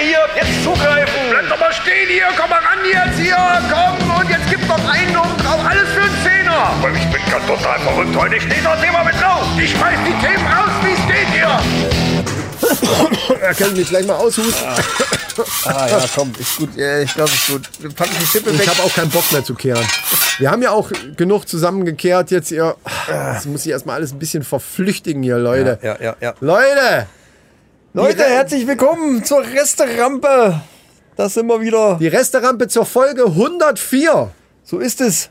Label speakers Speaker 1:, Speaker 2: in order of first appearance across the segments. Speaker 1: hier, jetzt zugreifen.
Speaker 2: Bleib doch mal stehen hier, komm mal ran jetzt hier, komm und jetzt gib doch einen und auch alles für einen Zehner.
Speaker 1: Aber ich bin ganz total verrückt heute. Ich stehe das Thema mit drauf.
Speaker 2: Ich schmeiß die Themen raus, wie es geht hier.
Speaker 3: Da kann ich mich gleich mal aushusten. Ah ja, komm, ist gut.
Speaker 4: Ja, ich glaube, ist gut. Wir packen die Schippe
Speaker 3: Ich
Speaker 4: weg.
Speaker 3: habe auch keinen Bock mehr zu kehren. Wir haben ja auch genug zusammengekehrt jetzt hier. Jetzt muss ich erstmal alles ein bisschen verflüchtigen hier, Leute.
Speaker 4: Ja, ja, ja.
Speaker 3: Leute,
Speaker 4: Leute,
Speaker 3: Re-
Speaker 4: herzlich willkommen zur Resterampe. Das sind wir wieder.
Speaker 3: die Resterampe zur Folge 104.
Speaker 4: So ist es.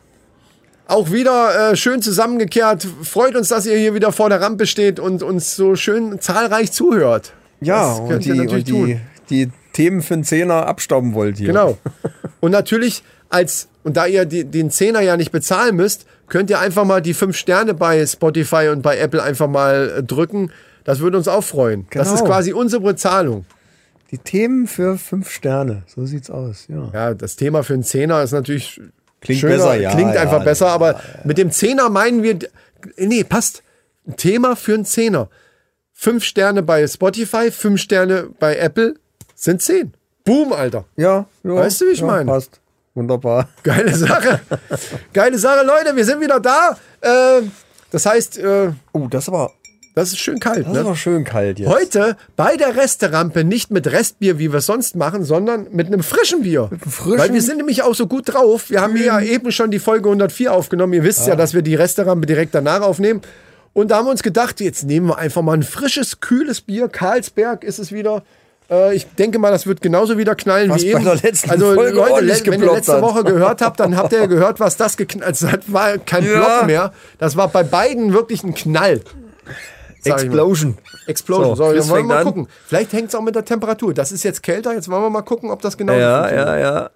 Speaker 3: Auch wieder äh, schön zusammengekehrt. Freut uns, dass ihr hier wieder vor der Rampe steht und uns so schön zahlreich zuhört.
Speaker 4: Ja,
Speaker 3: das
Speaker 4: und
Speaker 3: könnt
Speaker 4: die,
Speaker 3: ihr natürlich
Speaker 4: und die,
Speaker 3: tun.
Speaker 4: die Themen für einen Zehner abstauben wollt hier.
Speaker 3: Genau. Und natürlich als und da ihr die, den Zehner ja nicht bezahlen müsst, könnt ihr einfach mal die fünf Sterne bei Spotify und bei Apple einfach mal äh, drücken. Das würde uns auch freuen. Das
Speaker 4: Genau.
Speaker 3: ist quasi unsere Bezahlung.
Speaker 4: Die Themen für fünf Sterne. So sieht's aus, ja.
Speaker 3: Ja, das Thema für einen Zehner ist natürlich
Speaker 4: Klingt
Speaker 3: schöner,
Speaker 4: besser, ja,
Speaker 3: Klingt
Speaker 4: ja,
Speaker 3: einfach
Speaker 4: ja,
Speaker 3: besser,
Speaker 4: ja,
Speaker 3: aber mit dem Zehner meinen wir, nee, passt. Ein Thema für einen Zehner. Fünf Sterne bei Spotify, fünf Sterne bei Apple sind zehn. Boom, Alter.
Speaker 4: Ja, ja
Speaker 3: Weißt du, wie ich
Speaker 4: ja,
Speaker 3: meine?
Speaker 4: Passt. Wunderbar.
Speaker 3: Geile Sache. Geile Sache, Leute. Wir sind wieder da. Äh, das heißt, äh,
Speaker 4: Oh, das war,
Speaker 3: das ist schön kalt.
Speaker 4: das
Speaker 3: Ne?
Speaker 4: war schön kalt jetzt.
Speaker 3: Heute bei der Resterampe nicht mit Restbier, wie wir es sonst machen, sondern mit einem frischen Bier.
Speaker 4: einem frischen-
Speaker 3: Weil wir sind nämlich auch so gut drauf. Wir haben hier ja eben schon die Folge 104 aufgenommen. Ihr wisst ja, dass wir die Resterampe direkt danach aufnehmen. Und da haben wir uns gedacht, jetzt nehmen wir einfach mal ein frisches, kühles Bier. Karlsberg ist es wieder. Äh, Ich denke mal, das wird genauso wieder knallen
Speaker 4: Was
Speaker 3: wie
Speaker 4: bei
Speaker 3: eben.
Speaker 4: der letzten
Speaker 3: also
Speaker 4: Folge
Speaker 3: Leute,
Speaker 4: ordentlich
Speaker 3: le- wenn ihr
Speaker 4: geploppt
Speaker 3: letzte
Speaker 4: hat.
Speaker 3: Woche gehört habt, dann habt ihr ja gehört, was das geknallt. Also, das war kein
Speaker 4: Ja.
Speaker 3: Block mehr. Das war bei beiden wirklich ein Knall. sag ich mal.
Speaker 4: Explosion.
Speaker 3: Explosion.
Speaker 4: So,
Speaker 3: So,
Speaker 4: Quiz
Speaker 3: dann wollen
Speaker 4: fängt
Speaker 3: wir mal
Speaker 4: an.
Speaker 3: gucken. Vielleicht hängt es auch mit der Temperatur. Das ist jetzt kälter. Jetzt wollen wir mal gucken, ob das genau
Speaker 4: Ja,
Speaker 3: funktioniert.
Speaker 4: ja, ja.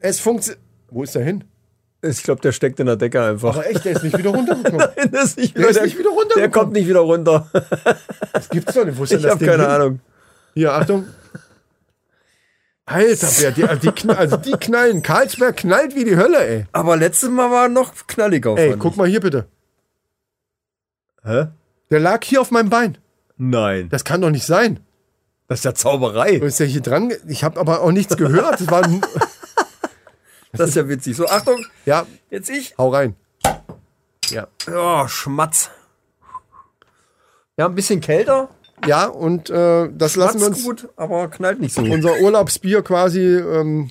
Speaker 3: Es funktioniert. Wo ist der hin?
Speaker 4: Ich glaube, der steckt in der Decke einfach.
Speaker 3: Aber echt, der ist nicht wieder runtergekommen.
Speaker 4: Der ist nicht
Speaker 3: Der ist nicht wieder
Speaker 4: Der
Speaker 3: runtergekommen.
Speaker 4: kommt nicht wieder runter.
Speaker 3: Das gibt's doch nicht. Wo ist denn
Speaker 4: Ich
Speaker 3: das
Speaker 4: habe
Speaker 3: Ding
Speaker 4: keine
Speaker 3: hin?
Speaker 4: Ahnung.
Speaker 3: Hier, Achtung. Alter, Bär, die, also, die, kn- also die knallen. Karlsberg knallt wie die Hölle, ey.
Speaker 4: Aber letztes Mal war noch knalliger.
Speaker 3: Ey,
Speaker 4: fand
Speaker 3: guck
Speaker 4: ich.
Speaker 3: mal hier bitte.
Speaker 4: Hä?
Speaker 3: Der lag hier auf meinem Bein.
Speaker 4: Nein.
Speaker 3: Das kann doch nicht sein.
Speaker 4: Das ist ja Zauberei.
Speaker 3: Wo ist der hier dran? ge- Ich habe aber auch nichts gehört. Das war, ein-
Speaker 4: Das ist ja witzig. So, Achtung,
Speaker 3: ja,
Speaker 4: jetzt ich.
Speaker 3: hau rein.
Speaker 4: Oh, Schmatz. Ja, ein bisschen kälter.
Speaker 3: Ja, und äh, das lassen wir
Speaker 4: Schmatz
Speaker 3: uns.
Speaker 4: gut, aber knallt nicht so.
Speaker 3: unser Urlaubsbier quasi, ähm,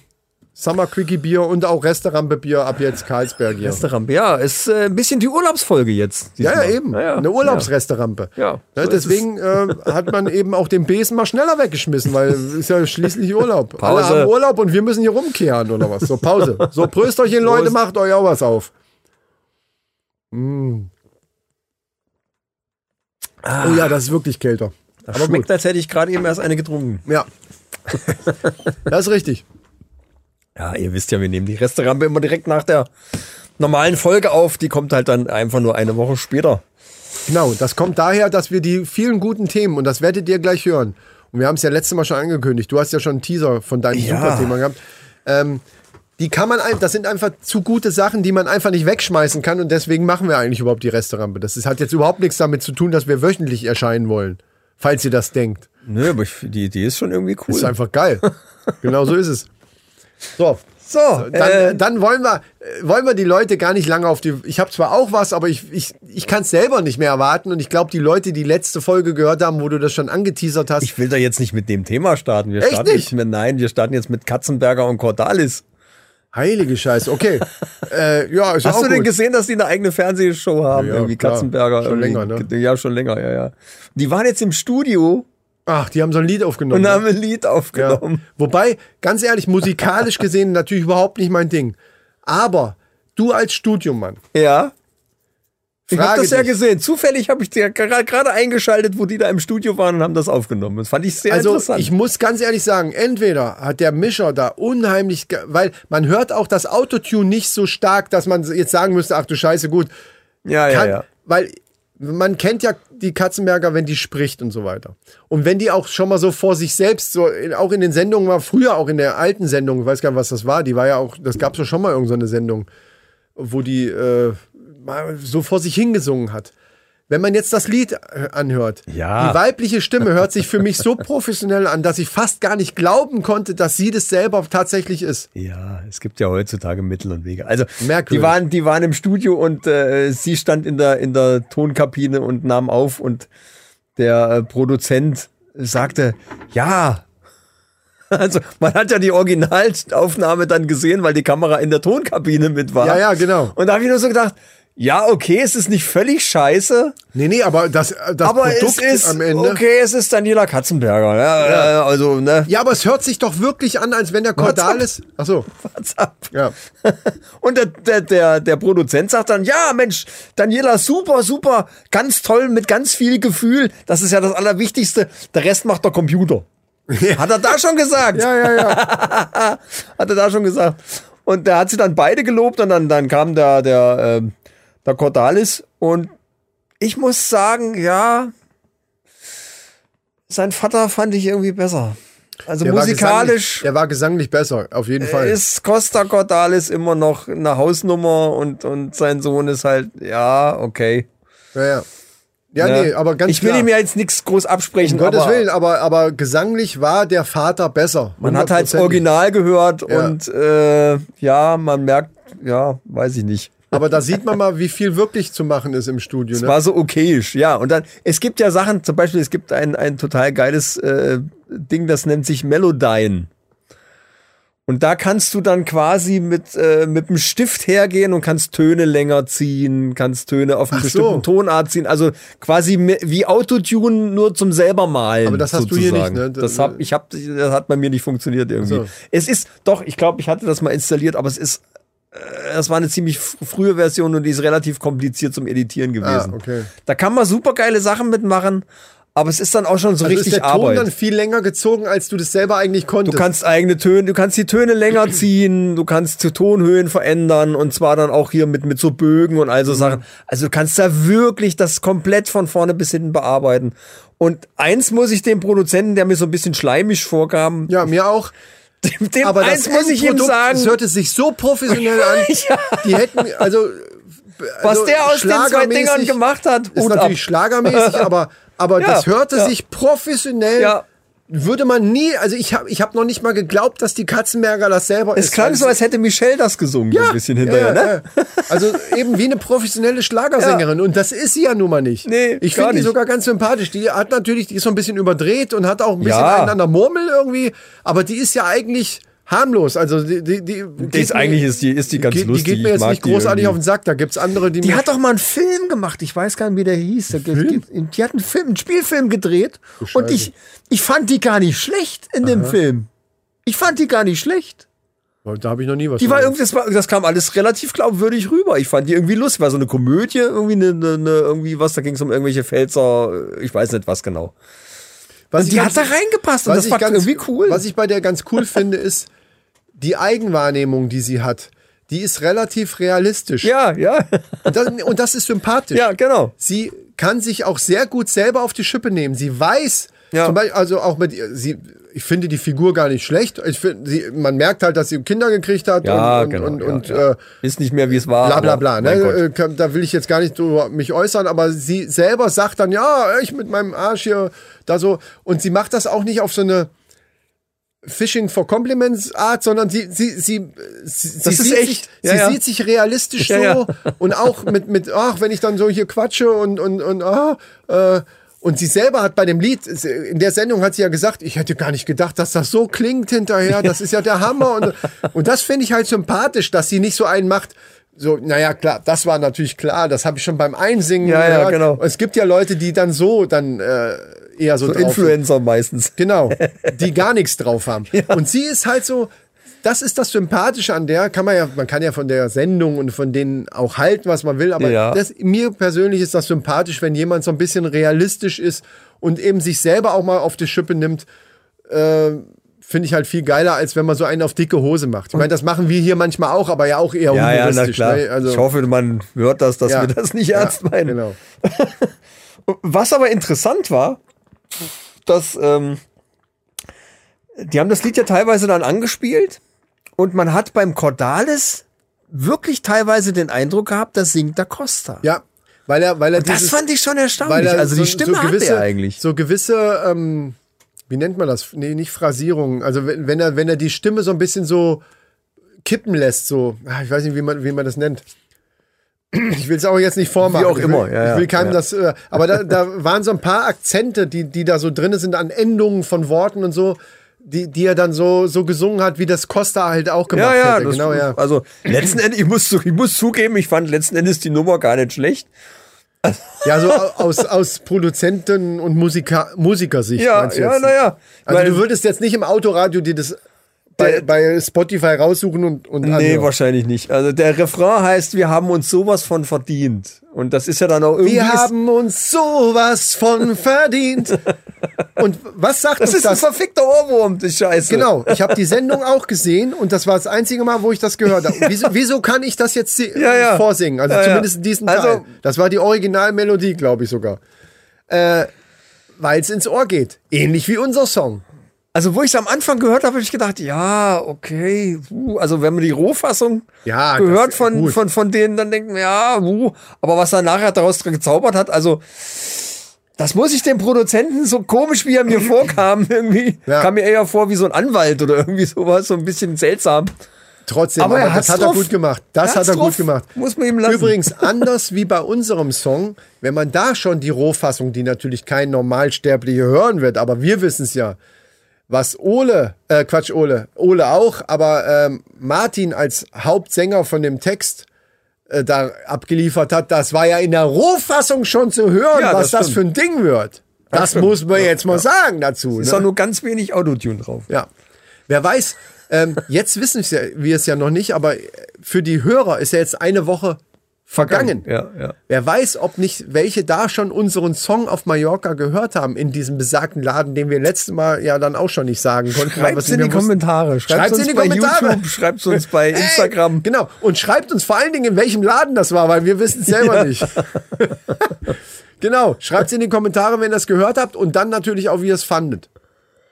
Speaker 3: Summer Quickie Bier und auch Resterampe Bier ab jetzt Karlsberg hier.
Speaker 4: Resterampe. Ja, ist äh, ein bisschen die Urlaubsfolge jetzt.
Speaker 3: Ja,
Speaker 4: diesmal.
Speaker 3: ja, eben.
Speaker 4: Ja, ja.
Speaker 3: Eine Urlaubsresterampe.
Speaker 4: Ja,
Speaker 3: Ne,
Speaker 4: so ist
Speaker 3: deswegen äh, hat man eben auch den Besen mal schneller weggeschmissen, weil es ist ja schließlich Urlaub.
Speaker 4: Pause.
Speaker 3: Alle haben Urlaub und wir müssen hier rumkehren oder was. So, Pause. So, Prösterchen, Leute,
Speaker 4: Prost.
Speaker 3: macht euch auch was auf. Mm. Oh ja, das ist wirklich kälter.
Speaker 4: Aber Schmeckt, als hätte ich gerade eben erst eine getrunken.
Speaker 3: Ja. das ist richtig.
Speaker 4: Ja, ihr wisst ja, wir nehmen die Resterampe immer direkt nach der normalen Folge auf. Die kommt halt dann einfach nur eine Woche später.
Speaker 3: Genau, das kommt daher, dass wir die vielen guten Themen, und das werdet ihr gleich hören, und wir haben es ja letztes Mal schon angekündigt, du hast ja schon einen Teaser von deinem
Speaker 4: Ja.
Speaker 3: Superthema gehabt, ähm, die kann man, ein- das sind einfach zu gute Sachen, die man einfach nicht wegschmeißen kann und deswegen machen wir eigentlich überhaupt die Resterampe. Das ist, hat jetzt überhaupt nichts damit zu tun, dass wir wöchentlich erscheinen wollen, falls ihr das denkt.
Speaker 4: Nö, aber ich, die Idee ist schon irgendwie cool.
Speaker 3: Ist einfach geil. genau so ist es. So,
Speaker 4: so,
Speaker 3: dann,
Speaker 4: äh,
Speaker 3: dann wollen wir, äh, wollen wir die Leute gar nicht lange auf die. Ich habe zwar auch was, aber ich, ich, ich kann es selber nicht mehr erwarten. Und ich glaube, die Leute, die letzte Folge gehört haben, wo du das schon angeteasert hast,
Speaker 4: Ich will da jetzt nicht mit dem Thema starten. Wir
Speaker 3: Echt
Speaker 4: starten
Speaker 3: nicht?
Speaker 4: Jetzt mit, nein, wir starten jetzt mit Katzenberger und Cordalis.
Speaker 3: heilige Scheiße, okay. äh, ja, ist ja
Speaker 4: Hast
Speaker 3: auch
Speaker 4: du
Speaker 3: gut.
Speaker 4: denn gesehen, dass die eine eigene Fernsehshow haben?
Speaker 3: Ja,
Speaker 4: irgendwie
Speaker 3: klar.
Speaker 4: Katzenberger.
Speaker 3: Schon
Speaker 4: irgendwie,
Speaker 3: länger, ne?
Speaker 4: Ja, schon länger, ja, ja. Die waren jetzt im Studio
Speaker 3: Ach, die haben so ein Lied aufgenommen.
Speaker 4: und
Speaker 3: ne?
Speaker 4: haben ein Lied
Speaker 3: ja.
Speaker 4: aufgenommen.
Speaker 3: Wobei, ganz ehrlich, musikalisch gesehen natürlich überhaupt nicht mein Ding. Aber du als Studiummann,
Speaker 4: Ja. Ich habe
Speaker 3: Frage
Speaker 4: das ja
Speaker 3: dich.
Speaker 4: gesehen. Zufällig habe ich die ja gra- gerade eingeschaltet, wo die da im Studio waren und haben das aufgenommen. Das fand ich sehr
Speaker 3: also
Speaker 4: interessant.
Speaker 3: ich muss ganz ehrlich sagen, entweder hat der Mischer da unheimlich, ge- weil man hört auch das Autotune nicht so stark, dass man jetzt sagen müsste, ach du Scheiße, gut.
Speaker 4: Ah, ja, ja,
Speaker 3: Kann,
Speaker 4: ja.
Speaker 3: Weil man kennt ja die Katzenberger, wenn die spricht und so weiter. Und wenn die auch schon mal so vor sich selbst, so in, auch in den Sendungen war, früher auch in der alten Sendung, ich weiß gar nicht, was das war, die war ja auch, das gab es ja schon mal irgendeine so eine Sendung, wo die äh, mal so vor sich hingesungen hat. Wenn man jetzt das Lied äh, anhört,
Speaker 4: Ja.
Speaker 3: die weibliche Stimme hört sich für mich so professionell an, dass ich fast gar nicht glauben konnte, dass sie das selber tatsächlich ist.
Speaker 4: Ja, es gibt ja heutzutage Mittel und Wege. Also
Speaker 3: Merkwürdig.
Speaker 4: die waren, die waren im Studio und äh, sie stand in der in der Tonkabine und nahm auf und der äh, Produzent sagte, ja. Also man hat ja die Originalaufnahme dann gesehen, weil die Kamera in der Tonkabine mit war.
Speaker 3: Ja, ja, genau.
Speaker 4: Und da habe ich nur so gedacht, ja, okay, es ist nicht völlig scheiße,
Speaker 3: Nee, nee, aber das, äh, das
Speaker 4: aber
Speaker 3: Produkt
Speaker 4: es ist
Speaker 3: am Ende.
Speaker 4: okay, es ist Daniela Katzenberger. Ja, ja. Also ne,
Speaker 3: Ja, aber es hört sich doch wirklich an, als wenn der Cordalis. Ach so,
Speaker 4: what's up?
Speaker 3: ja.
Speaker 4: Und der, der, der, der Produzent sagt dann, ja, Mensch, Daniela, super, super, ganz toll, mit ganz viel Gefühl. Das ist ja das Allerwichtigste. Der Rest macht der Computer. Hat er da schon gesagt?
Speaker 3: Ja, ja, ja.
Speaker 4: Hat er da schon gesagt. Und der hat sie dann beide gelobt und dann, dann kam der, der, ähm, der Cordalis und ich muss sagen, ja, sein Vater fand ich irgendwie besser. Also
Speaker 3: Der war gesanglich-
Speaker 4: musikalisch
Speaker 3: Der war gesanglich besser, auf jeden Fall.
Speaker 4: ist Costa Cordalis immer noch eine Hausnummer und, und sein Sohn ist halt, ja, okay.
Speaker 3: Ja, ja. Ja,
Speaker 4: Ne?
Speaker 3: Ah, nee, aber ganz
Speaker 4: ich will
Speaker 3: klar.
Speaker 4: ihm ja jetzt nichts groß absprechen,
Speaker 3: um Gottes
Speaker 4: aber
Speaker 3: Willen, aber, aber gesanglich war der Vater besser.
Speaker 4: man hat halt das
Speaker 3: 100%.
Speaker 4: Original gehört
Speaker 3: Ja.
Speaker 4: und äh, ja, man merkt, ja, weiß ich nicht.
Speaker 3: Aber da sieht man mal, wie viel wirklich zu machen ist im Studio.
Speaker 4: Es
Speaker 3: Ne?
Speaker 4: war so okayisch, ja. Und dann, es gibt ja Sachen, zum Beispiel, es gibt ein, ein total geiles äh, Ding, das nennt sich Melodyne. Und da kannst du dann quasi mit, äh, mit dem Stift hergehen und kannst Töne länger ziehen, kannst Töne auf einen
Speaker 3: Ach so.
Speaker 4: bestimmten Tonart ziehen. Also quasi mi- wie Autotune nur zum selber malen.
Speaker 3: Aber das hast du hier nicht, ne?
Speaker 4: Das, hab, ich hab, das hat bei mir nicht funktioniert irgendwie.
Speaker 3: So.
Speaker 4: Es ist, doch, ich glaube, ich hatte das mal installiert, aber es ist, äh, das war eine ziemlich f- frühe Version und die ist relativ kompliziert zum Editieren gewesen.
Speaker 3: Ah, okay.
Speaker 4: Da kann man super geile Sachen mitmachen, aber es ist dann auch schon so
Speaker 3: Also ist
Speaker 4: richtig
Speaker 3: der Ton
Speaker 4: Arbeit.
Speaker 3: dann viel länger gezogen, als du das selber eigentlich konntest.
Speaker 4: Du kannst eigene Töne, du kannst die Töne länger ziehen, du kannst die Tonhöhen verändern und zwar dann auch hier mit, mit so Bögen und
Speaker 3: Mhm.
Speaker 4: all so Sachen. Also du kannst da wirklich das komplett von vorne bis hinten bearbeiten. Und eins muss ich dem Produzenten, der mir so ein bisschen schleimig vorkam,
Speaker 3: ja, mir auch.
Speaker 4: dem, dem
Speaker 3: Aber
Speaker 4: eins
Speaker 3: das
Speaker 4: muss ich ihm
Speaker 3: Endprodukt,
Speaker 4: sagen,
Speaker 3: Es hörte sich so professionell an. Die hätten, also.
Speaker 4: was der aus den zwei Dingern gemacht hat,
Speaker 3: Ist
Speaker 4: Hut ab.
Speaker 3: natürlich schlagermäßig, aber, aber
Speaker 4: Ja,
Speaker 3: das hörte
Speaker 4: ja.
Speaker 3: sich professionell.
Speaker 4: Ja.
Speaker 3: Würde man nie, also ich habe ich hab noch nicht mal geglaubt, dass die Katzenberger das selber Also
Speaker 4: Es klang so, als hätte Michelle das gesungen, so ein bisschen hinterher, ne?
Speaker 3: ja. Also eben wie eine professionelle Schlagersängerin. Und das ist sie ja nun mal nicht.
Speaker 4: Nee,
Speaker 3: ich
Speaker 4: gar
Speaker 3: finde die
Speaker 4: nicht.
Speaker 3: sogar ganz sympathisch. Die hat natürlich, die ist so ein bisschen überdreht und hat auch ein bisschen
Speaker 4: Ja.
Speaker 3: einen an der Murmel irgendwie. Aber die ist ja eigentlich harmlos. Also die, die, die,
Speaker 4: Die ist eigentlich ist die, ist die ganz
Speaker 3: geht,
Speaker 4: lustig.
Speaker 3: Die geht mir
Speaker 4: ich
Speaker 3: jetzt
Speaker 4: mag
Speaker 3: nicht
Speaker 4: die
Speaker 3: großartig
Speaker 4: irgendwie.
Speaker 3: auf den Sack. Da gibt's andere, die,
Speaker 4: Die
Speaker 3: mir-
Speaker 4: hat doch mal einen Film gemacht. Ich weiß gar nicht, wie der hieß. Da gibt- gibt- Die hat einen Film, einen Spielfilm gedreht. und ich, ich fand die gar nicht schlecht in dem Film. Ich fand die gar nicht schlecht.
Speaker 3: Oh, Da habe ich noch nie was
Speaker 4: Die war
Speaker 3: von.
Speaker 4: irgendwie, das, war, das kam alles relativ glaubwürdig rüber. Ich fand die irgendwie lustig. War so eine Komödie, irgendwie eine, eine, eine irgendwie was. Da ging es um irgendwelche Pfälzer, ich weiß nicht was genau.
Speaker 3: Was
Speaker 4: Und
Speaker 3: ich
Speaker 4: die hat da reingepasst und
Speaker 3: was
Speaker 4: das
Speaker 3: ich
Speaker 4: war
Speaker 3: ganz-
Speaker 4: irgendwie cool.
Speaker 3: Was ich bei der ganz cool finde, ist die Eigenwahrnehmung, die sie hat. Die ist relativ realistisch.
Speaker 4: ja, ja,
Speaker 3: Und, das, und das ist sympathisch.
Speaker 4: ja, genau.
Speaker 3: sie kann sich auch sehr gut selber auf die Schippe nehmen. Sie weiß,
Speaker 4: Ja.
Speaker 3: zum Beispiel, also auch mit, ihr- sie, ich finde die Figur gar nicht schlecht. Ich finde, sie, man merkt halt, dass sie Kinder gekriegt hat
Speaker 4: Ja,
Speaker 3: und, und,
Speaker 4: genau.
Speaker 3: und,
Speaker 4: ja,
Speaker 3: und
Speaker 4: ja.
Speaker 3: Äh,
Speaker 4: Ist nicht mehr, wie es war.
Speaker 3: bla bla
Speaker 4: aber
Speaker 3: bla.
Speaker 4: mein Gott.
Speaker 3: Ne? Äh, kann- Da will ich jetzt gar nicht drüber mich äußern, aber sie selber sagt dann, ja, ich mit meinem Arsch hier da so. Und sie macht das auch nicht auf so eine Fishing for Compliments Art, sondern sie, sie, sie, sie, sie,
Speaker 4: ist
Speaker 3: sieht,
Speaker 4: echt.
Speaker 3: Sich,
Speaker 4: Ja,
Speaker 3: sie
Speaker 4: ja.
Speaker 3: sieht sich realistisch
Speaker 4: Ja,
Speaker 3: so
Speaker 4: ja.
Speaker 3: und auch mit, mit, ach, wenn ich dann so hier quatsche und, und, und, ah, äh, und sie selber hat bei dem Lied, in der Sendung hat sie ja gesagt, ich hätte gar nicht gedacht, dass das so klingt hinterher, das ist ja der Hammer. Und, und das finde ich halt sympathisch, dass sie nicht so einen macht, so, naja, klar, das war natürlich klar, das habe ich schon beim Einsingen
Speaker 4: Ja, ja, genau.
Speaker 3: Es gibt ja Leute, die dann so, dann äh, eher so,
Speaker 4: So
Speaker 3: drauf sind.
Speaker 4: Influencer meistens.
Speaker 3: Genau, die gar nichts drauf haben. Und sie ist halt so, das ist das Sympathische an der, kann man ja, man kann ja von der Sendung und von denen auch halten, was man will, aber
Speaker 4: Ja.
Speaker 3: das, mir persönlich ist das sympathisch, wenn jemand so ein bisschen realistisch ist und eben sich selber auch mal auf die Schippe nimmt, äh, finde ich halt viel geiler, als wenn man so einen auf dicke Hose macht. Ich meine, das machen wir hier manchmal auch, aber ja auch eher
Speaker 4: Ja, ja, na
Speaker 3: humoristisch.
Speaker 4: klar.
Speaker 3: ne? Also,
Speaker 4: ich hoffe, man hört das, dass
Speaker 3: ja.
Speaker 4: wir das nicht
Speaker 3: Ja,
Speaker 4: ernst meinen.
Speaker 3: Genau.
Speaker 4: Was aber interessant war, dass ähm, die haben das Lied ja teilweise dann angespielt und man hat beim Cordalis wirklich teilweise den Eindruck gehabt, das singt da Costa.
Speaker 3: Ja. Weil er, weil er
Speaker 4: Das
Speaker 3: dieses-
Speaker 4: fand ich schon erstaunlich.
Speaker 3: weil er
Speaker 4: also die
Speaker 3: so,
Speaker 4: Stimme
Speaker 3: so gewisse,
Speaker 4: hat er eigentlich.
Speaker 3: So gewisse, ähm, wie nennt man das? Nee, nicht Phrasierung. Also wenn, wenn er, wenn er die Stimme so ein bisschen so kippen lässt, so, Ah, ich weiß nicht, wie man, wie man das nennt. Ich will es auch jetzt nicht vormachen.
Speaker 4: Wie auch
Speaker 3: ich will,
Speaker 4: immer, ja, ja,
Speaker 3: ich will keinem
Speaker 4: ja.
Speaker 3: das. Äh, aber da, da waren so ein paar Akzente, die, die da so drin sind an Endungen von Worten und so, die, die er dann so, so gesungen hat, wie das Costa halt auch
Speaker 4: Ja,
Speaker 3: gemacht
Speaker 4: ja,
Speaker 3: hätte.
Speaker 4: das,
Speaker 3: genau, ja.
Speaker 4: Also letzten Endes, ich muss, zu- ich muss zugeben, ich fand letzten Endes die Nummer gar nicht schlecht.
Speaker 3: Ja, so au- aus, aus Produzenten- und Musiker, Musikersicht.
Speaker 4: Ja,
Speaker 3: meinst du
Speaker 4: ja,
Speaker 3: jetzt?
Speaker 4: naja.
Speaker 3: Also
Speaker 4: Weil-
Speaker 3: du würdest jetzt nicht im Autoradio dir das bei,
Speaker 4: Der-
Speaker 3: bei Spotify raussuchen und, und
Speaker 4: Nee,
Speaker 3: anhören.
Speaker 4: wahrscheinlich nicht. Also der Refrain heißt, wir haben uns sowas von verdient. Und das ist ja dann auch irgendwie.
Speaker 3: Wir
Speaker 4: ist-
Speaker 3: haben uns sowas von verdient. Und was sagt
Speaker 4: das
Speaker 3: uns
Speaker 4: ist ein
Speaker 3: das?
Speaker 4: verfickter Ohrwurm, die Scheiße.
Speaker 3: Genau, ich habe die Sendung auch gesehen und das war das einzige Mal, wo ich das gehört habe. Wieso, wieso kann ich das jetzt se-
Speaker 4: Ja, ja.
Speaker 3: vorsingen? Also
Speaker 4: Ja, ja.
Speaker 3: zumindest in diesem
Speaker 4: Also-
Speaker 3: Teil. Das war die Originalmelodie, glaube ich sogar. Äh, Weil es ins Ohr geht. Ähnlich wie unser Song.
Speaker 4: Also wo ich es am Anfang gehört habe, habe ich gedacht, ja, okay. Uh, also wenn man die Rohfassung
Speaker 3: Ja, das-
Speaker 4: gehört von,
Speaker 3: gut.
Speaker 4: von, von denen, dann denkt man, ja, uh, aber was er nachher daraus gezaubert hat, also das muss ich dem Produzenten, so komisch wie er mir vorkam, irgendwie,
Speaker 3: Ja.
Speaker 4: kam mir eher vor wie so ein Anwalt oder irgendwie sowas, so ein bisschen seltsam.
Speaker 3: Trotzdem,
Speaker 4: Aber
Speaker 3: aber,
Speaker 4: er
Speaker 3: das
Speaker 4: hat's
Speaker 3: hat er
Speaker 4: drauf.
Speaker 3: gut gemacht. Das
Speaker 4: Er hat's
Speaker 3: hat er
Speaker 4: drauf.
Speaker 3: gut gemacht.
Speaker 4: Muss man ihm lassen.
Speaker 3: Übrigens, anders wie bei unserem Song, wenn man da schon die Rohfassung, die natürlich kein Normalsterblicher hören wird, aber wir wissen es ja, was Ole, äh Quatsch, Ole, Ole auch, aber ähm, Martin als Hauptsänger von dem Text äh, da abgeliefert hat, das war ja in der Rohfassung schon zu hören,
Speaker 4: Ja, das
Speaker 3: was das,
Speaker 4: stimmt.
Speaker 3: für ein Ding wird. Das,
Speaker 4: stimmt.
Speaker 3: muss man jetzt mal sagen dazu.
Speaker 4: Ist
Speaker 3: ne?
Speaker 4: da nur ganz wenig Autotune drauf.
Speaker 3: Ja. Wer weiß, ähm, jetzt wissen wir's ja- wir es ja noch nicht, aber äh, für die Hörer ist ja jetzt eine Woche vergangen.
Speaker 4: Ja, ja.
Speaker 3: Wer weiß, ob nicht welche da schon unseren Song auf Mallorca gehört haben in diesem besagten Laden, den wir letztes Mal ja dann auch schon nicht sagen konnten. aber
Speaker 4: Schreibt's in
Speaker 3: wir
Speaker 4: die
Speaker 3: wussten.
Speaker 4: Kommentare.
Speaker 3: Schreibt's in die Kommentare.
Speaker 4: YouTube, schreibt's uns bei
Speaker 3: Ey,
Speaker 4: Instagram.
Speaker 3: Genau. Und schreibt uns vor allen Dingen, in welchem Laden das war, weil wir wissen es selber nicht. genau. Schreibt es in die Kommentare, wenn ihr das gehört habt und dann natürlich auch, wie ihr es fandet.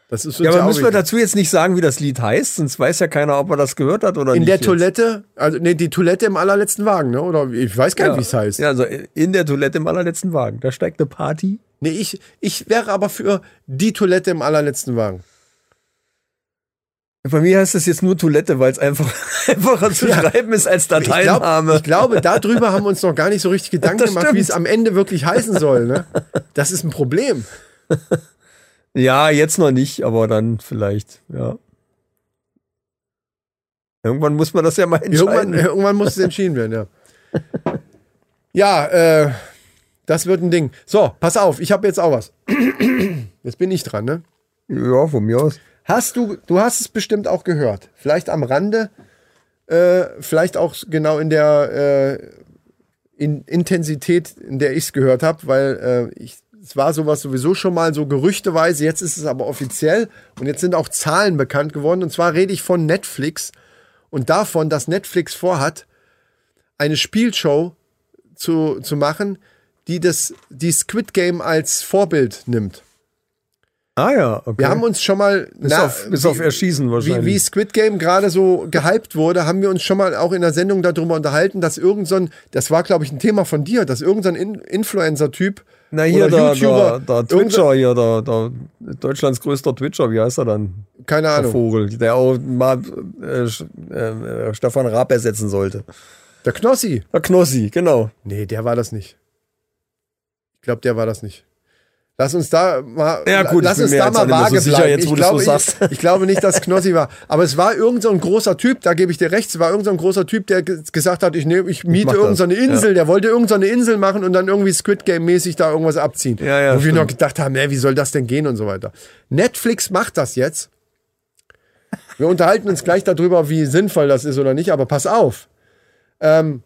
Speaker 3: Das ist uns
Speaker 4: Ja, aber
Speaker 3: auch
Speaker 4: müssen wir
Speaker 3: wichtig.
Speaker 4: dazu jetzt nicht sagen, wie das Lied heißt, sonst weiß ja keiner, ob er das gehört hat oder
Speaker 3: In
Speaker 4: nicht.
Speaker 3: der
Speaker 4: jetzt.
Speaker 3: Toilette, also nee, die Toilette im allerletzten Wagen, ne? Oder ich weiß gar nicht,
Speaker 4: ja.
Speaker 3: wie es heißt.
Speaker 4: Ja, also in der Toilette im allerletzten Wagen. Da steigt eine Party.
Speaker 3: Nee, ich, ich wäre aber für die Toilette im allerletzten Wagen.
Speaker 4: Bei mir heißt es jetzt nur Toilette, weil es einfach einfacher zu schreiben ist als
Speaker 3: Ich, glaub,
Speaker 4: Dateiname.
Speaker 3: ich glaube, darüber haben wir uns noch gar nicht so richtig Gedanken
Speaker 4: Das
Speaker 3: gemacht, wie es am Ende wirklich heißen soll. Ne? Das ist ein Problem.
Speaker 4: ja, jetzt noch nicht, aber dann vielleicht, ja. Irgendwann muss man das ja mal entscheiden.
Speaker 3: Irgendwann, irgendwann muss es entschieden werden, ja. Ja, äh, das wird ein Ding. So, pass auf, ich habe jetzt auch was. Jetzt bin ich dran, ne?
Speaker 4: Ja, von mir aus.
Speaker 3: Hast du, du hast es bestimmt auch gehört. Vielleicht am Rande, äh, vielleicht auch genau in der äh, in Intensität, in der ich es gehört habe, weil äh, ich, es war sowas sowieso schon mal so gerüchteweise, jetzt ist es aber offiziell und jetzt sind auch Zahlen bekannt geworden. Und zwar rede ich von Netflix und davon, dass Netflix vorhat, eine Spielshow zu, zu machen, die das die Squid Game als Vorbild nimmt.
Speaker 4: Ah ja, okay.
Speaker 3: Wir haben uns schon mal
Speaker 4: bis, auf, bis auf Erschießen wahrscheinlich.
Speaker 3: wie, wie Squid Game gerade so gehypt wurde, haben wir uns schon mal auch in der Sendung darüber unterhalten, dass irgend so ein, das war glaube ich ein Thema von dir, dass irgendein so ein In Influencer-Typ
Speaker 4: Na hier,
Speaker 3: oder
Speaker 4: der,
Speaker 3: YouTuber,
Speaker 4: der, der
Speaker 3: irgend so-
Speaker 4: Twitcher hier, der, der Deutschlands größter Twitcher, wie heißt er dann?
Speaker 3: keine
Speaker 4: Der
Speaker 3: Ahnung,
Speaker 4: Vogel, der auch mal äh, Sch- äh, äh, Stefan Raab ersetzen sollte.
Speaker 3: der Knossi.
Speaker 4: Der Knossi, genau.
Speaker 3: Nee, der war das nicht. Ich glaube, der war das nicht. Lass uns da mal,
Speaker 4: Ja, gut,
Speaker 3: lass
Speaker 4: ich bin
Speaker 3: uns
Speaker 4: mir
Speaker 3: da
Speaker 4: jetzt auch
Speaker 3: mal
Speaker 4: nicht mehr
Speaker 3: vage
Speaker 4: so sicher,
Speaker 3: bleiben.
Speaker 4: jetzt, wo
Speaker 3: ich,
Speaker 4: du es
Speaker 3: glaube,
Speaker 4: so
Speaker 3: ich,
Speaker 4: sagst.
Speaker 3: ich glaube nicht, dass Knossi war. Aber es war irgend so ein großer Typ, da gebe ich dir recht, es war irgend so ein großer Typ, der ge- gesagt hat, ich, nehm, ich miete
Speaker 4: mach das.
Speaker 3: irgendeine Insel, der wollte irgendeine Insel machen und dann irgendwie Squid Game-mäßig da irgendwas abziehen.
Speaker 4: Ja, ja,
Speaker 3: Wo wir
Speaker 4: stimmt.
Speaker 3: noch gedacht haben, ey, wie soll das denn gehen und so weiter. Netflix macht das jetzt. Wir unterhalten uns gleich darüber, wie sinnvoll das ist oder nicht, aber pass auf. Also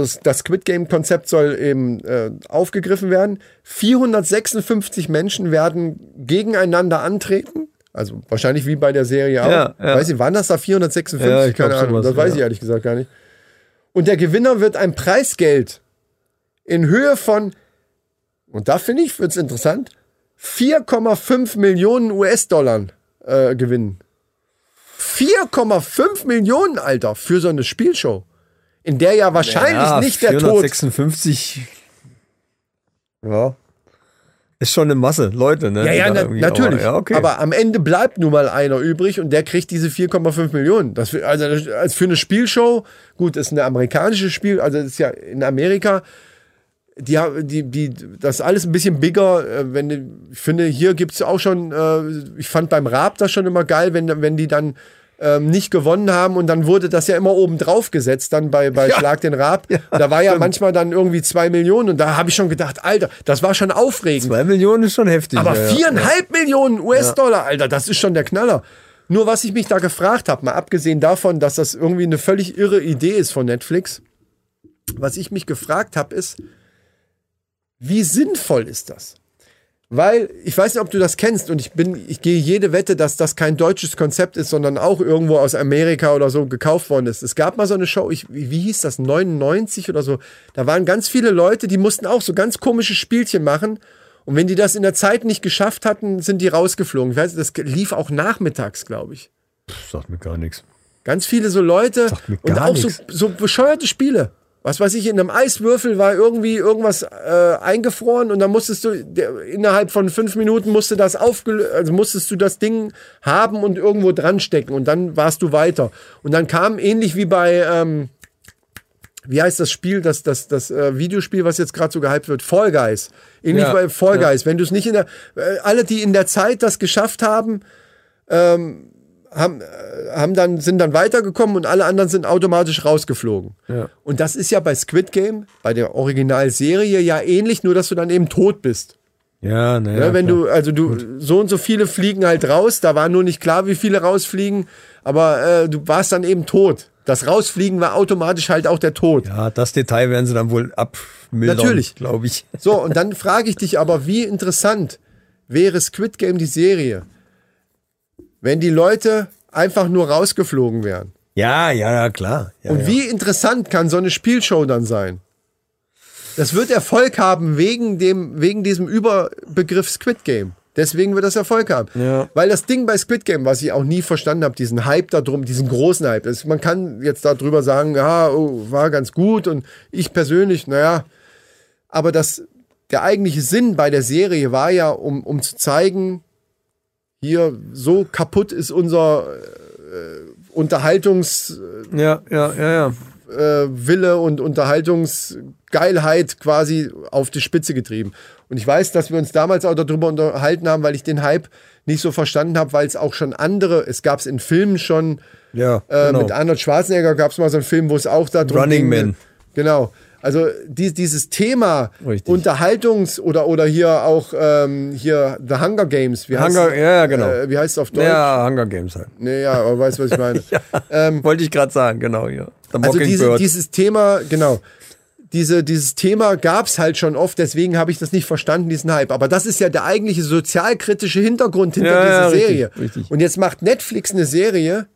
Speaker 3: es- das Squid Game Konzept soll eben äh, aufgegriffen werden. 456 Menschen werden gegeneinander antreten. Also wahrscheinlich wie bei der Serie auch.
Speaker 4: Ja, ja.
Speaker 3: Weiß ich, waren das da 456?
Speaker 4: Ja, ich glaub,
Speaker 3: Keine Ahnung.
Speaker 4: sowas,
Speaker 3: das weiß
Speaker 4: ja.
Speaker 3: ich ehrlich gesagt gar nicht. Und der Gewinner wird ein Preisgeld in Höhe von, und da finde ich, wird es interessant, 4,5 Millionen US-Dollar äh, gewinnen. 4,5 Millionen, Alter, für so eine Spielshow. in der ja wahrscheinlich nicht der Tod
Speaker 4: 456. Ja. Ist schon eine Masse, Leute, ne?
Speaker 3: Ja, ja,
Speaker 4: Die da
Speaker 3: na,
Speaker 4: irgendwie-
Speaker 3: natürlich. Aber,
Speaker 4: ja, okay.
Speaker 3: am Ende bleibt nun mal einer übrig und der kriegt diese 4,5 Millionen. Das, für- also das- als für eine Spielshow, gut, ist ein amerikanisches Spiel, also das ist ja in Amerika. Die, ha- die, die, das ist alles ein bisschen bigger. äh, Wenn, die- ich finde, hier gibt es auch schon, äh, ich fand beim Raab das schon immer geil, wenn, wenn die dann ähm, nicht gewonnen haben und dann wurde das ja immer oben drauf gesetzt, dann bei, bei Schlag den Raab. da war ja manchmal dann irgendwie zwei Millionen und da habe ich schon gedacht, Alter, das war schon aufregend.
Speaker 4: Zwei Millionen ist schon heftig.
Speaker 3: Aber
Speaker 4: ja, ja.
Speaker 3: viereinhalb Millionen US-Dollar, Alter, das ist schon der Knaller. Nur was ich mich da gefragt habe, mal abgesehen davon, dass das irgendwie eine völlig irre Idee ist von Netflix, was ich mich gefragt habe, ist, wie sinnvoll ist das? Weil ich weiß nicht, ob du das kennst und ich bin, ich gehe jede Wette, dass das kein deutsches Konzept ist, sondern auch irgendwo aus Amerika oder so gekauft worden ist. Es gab mal so eine Show, ich, wie wie hieß das, 99 oder so. Da waren ganz viele Leute, die mussten auch so ganz komische Spielchen machen. Und wenn die das in der Zeit nicht geschafft hatten, sind die rausgeflogen. Ich weiß, das lief auch nachmittags, glaube ich.
Speaker 4: Pff, Sagt mir gar nichts.
Speaker 3: Ganz viele so Leute
Speaker 4: Sagt mir
Speaker 3: und
Speaker 4: gar
Speaker 3: auch so,
Speaker 4: nix.
Speaker 3: so bescheuerte Spiele. Was weiß ich, in einem Eiswürfel war irgendwie irgendwas äh, eingefroren und dann musstest du der, innerhalb von fünf Minuten musste das aufgelöst, also musstest du das Ding haben und irgendwo dran stecken und dann warst du weiter. Und dann kam ähnlich wie bei, ähm, wie heißt das Spiel, das, das, das äh, Videospiel, was jetzt gerade so gehypt wird, Fall Guys. Ähnlich
Speaker 4: Ja,
Speaker 3: bei Fall Guys. Wenn du es nicht in der, äh, alle, die in der Zeit das geschafft haben, ähm, haben dann, sind dann weitergekommen und alle anderen sind automatisch rausgeflogen. Und das ist ja bei Squid Game, bei der Originalserie ja ähnlich, nur dass du dann eben tot bist.
Speaker 4: Ja, naja.
Speaker 3: Ja, wenn du, also du, so und so viele fliegen halt raus, da war nur nicht klar, wie viele rausfliegen, aber äh, du warst dann eben tot. Das Rausfliegen war automatisch halt auch der Tod.
Speaker 4: ja, das Detail werden sie dann wohl abmildern.
Speaker 3: Natürlich.
Speaker 4: Glaube ich.
Speaker 3: So, und dann frage ich dich aber, wie interessant wäre Squid Game die Serie, wenn die Leute einfach nur rausgeflogen wären?
Speaker 4: Ja, ja, ja, klar. Ja,
Speaker 3: Und
Speaker 4: ja.
Speaker 3: wie interessant kann so eine Spielshow dann sein? Das wird Erfolg haben wegen, dem, wegen diesem Überbegriff Squid Game. Deswegen wird das Erfolg haben.
Speaker 4: Ja.
Speaker 3: Weil das Ding bei Squid Game, was ich auch nie verstanden habe, diesen Hype da drum, diesen großen Hype, ist, man kann jetzt darüber sagen, ja, oh, war ganz gut und ich persönlich, naja. Aber das, der eigentliche Sinn bei der Serie war ja, um, um zu zeigen, hier, so kaputt ist unser äh, Unterhaltungs-
Speaker 4: Ja, ja, ja, ja.
Speaker 3: äh, Wille und Unterhaltungsgeilheit quasi auf die Spitze getrieben. Und ich weiß, dass wir uns damals auch darüber unterhalten haben, weil ich den Hype nicht so verstanden habe, weil es auch schon andere, es gab es in Filmen schon,
Speaker 4: Ja,
Speaker 3: äh,
Speaker 4: genau.
Speaker 3: mit Arnold Schwarzenegger gab es mal so einen Film, wo es auch darum
Speaker 4: Running
Speaker 3: ging.
Speaker 4: Man.
Speaker 3: Genau. Also die, dieses Thema
Speaker 4: Richtig.
Speaker 3: Unterhaltungs- oder, oder hier auch ähm, hier The Hunger Games. Wie heißt-
Speaker 4: Hunger- ja, ja, genau.
Speaker 3: Äh, wie heißt es auf Deutsch?
Speaker 4: Ja, Hunger Games halt.
Speaker 3: Nee, ja, aber weißt du, was ich meine?
Speaker 4: Wollte ich gerade sagen, genau, ja. The
Speaker 3: Also diese,
Speaker 4: Mockingbird.
Speaker 3: dieses Thema, genau. Diese, dieses Thema gab es halt schon oft, deswegen habe ich das nicht verstanden, diesen Hype. Aber das ist ja der eigentliche sozialkritische Hintergrund hinter
Speaker 4: Ja,
Speaker 3: dieser
Speaker 4: ja, richtig,
Speaker 3: Serie.
Speaker 4: richtig.
Speaker 3: Und jetzt macht Netflix eine Serie,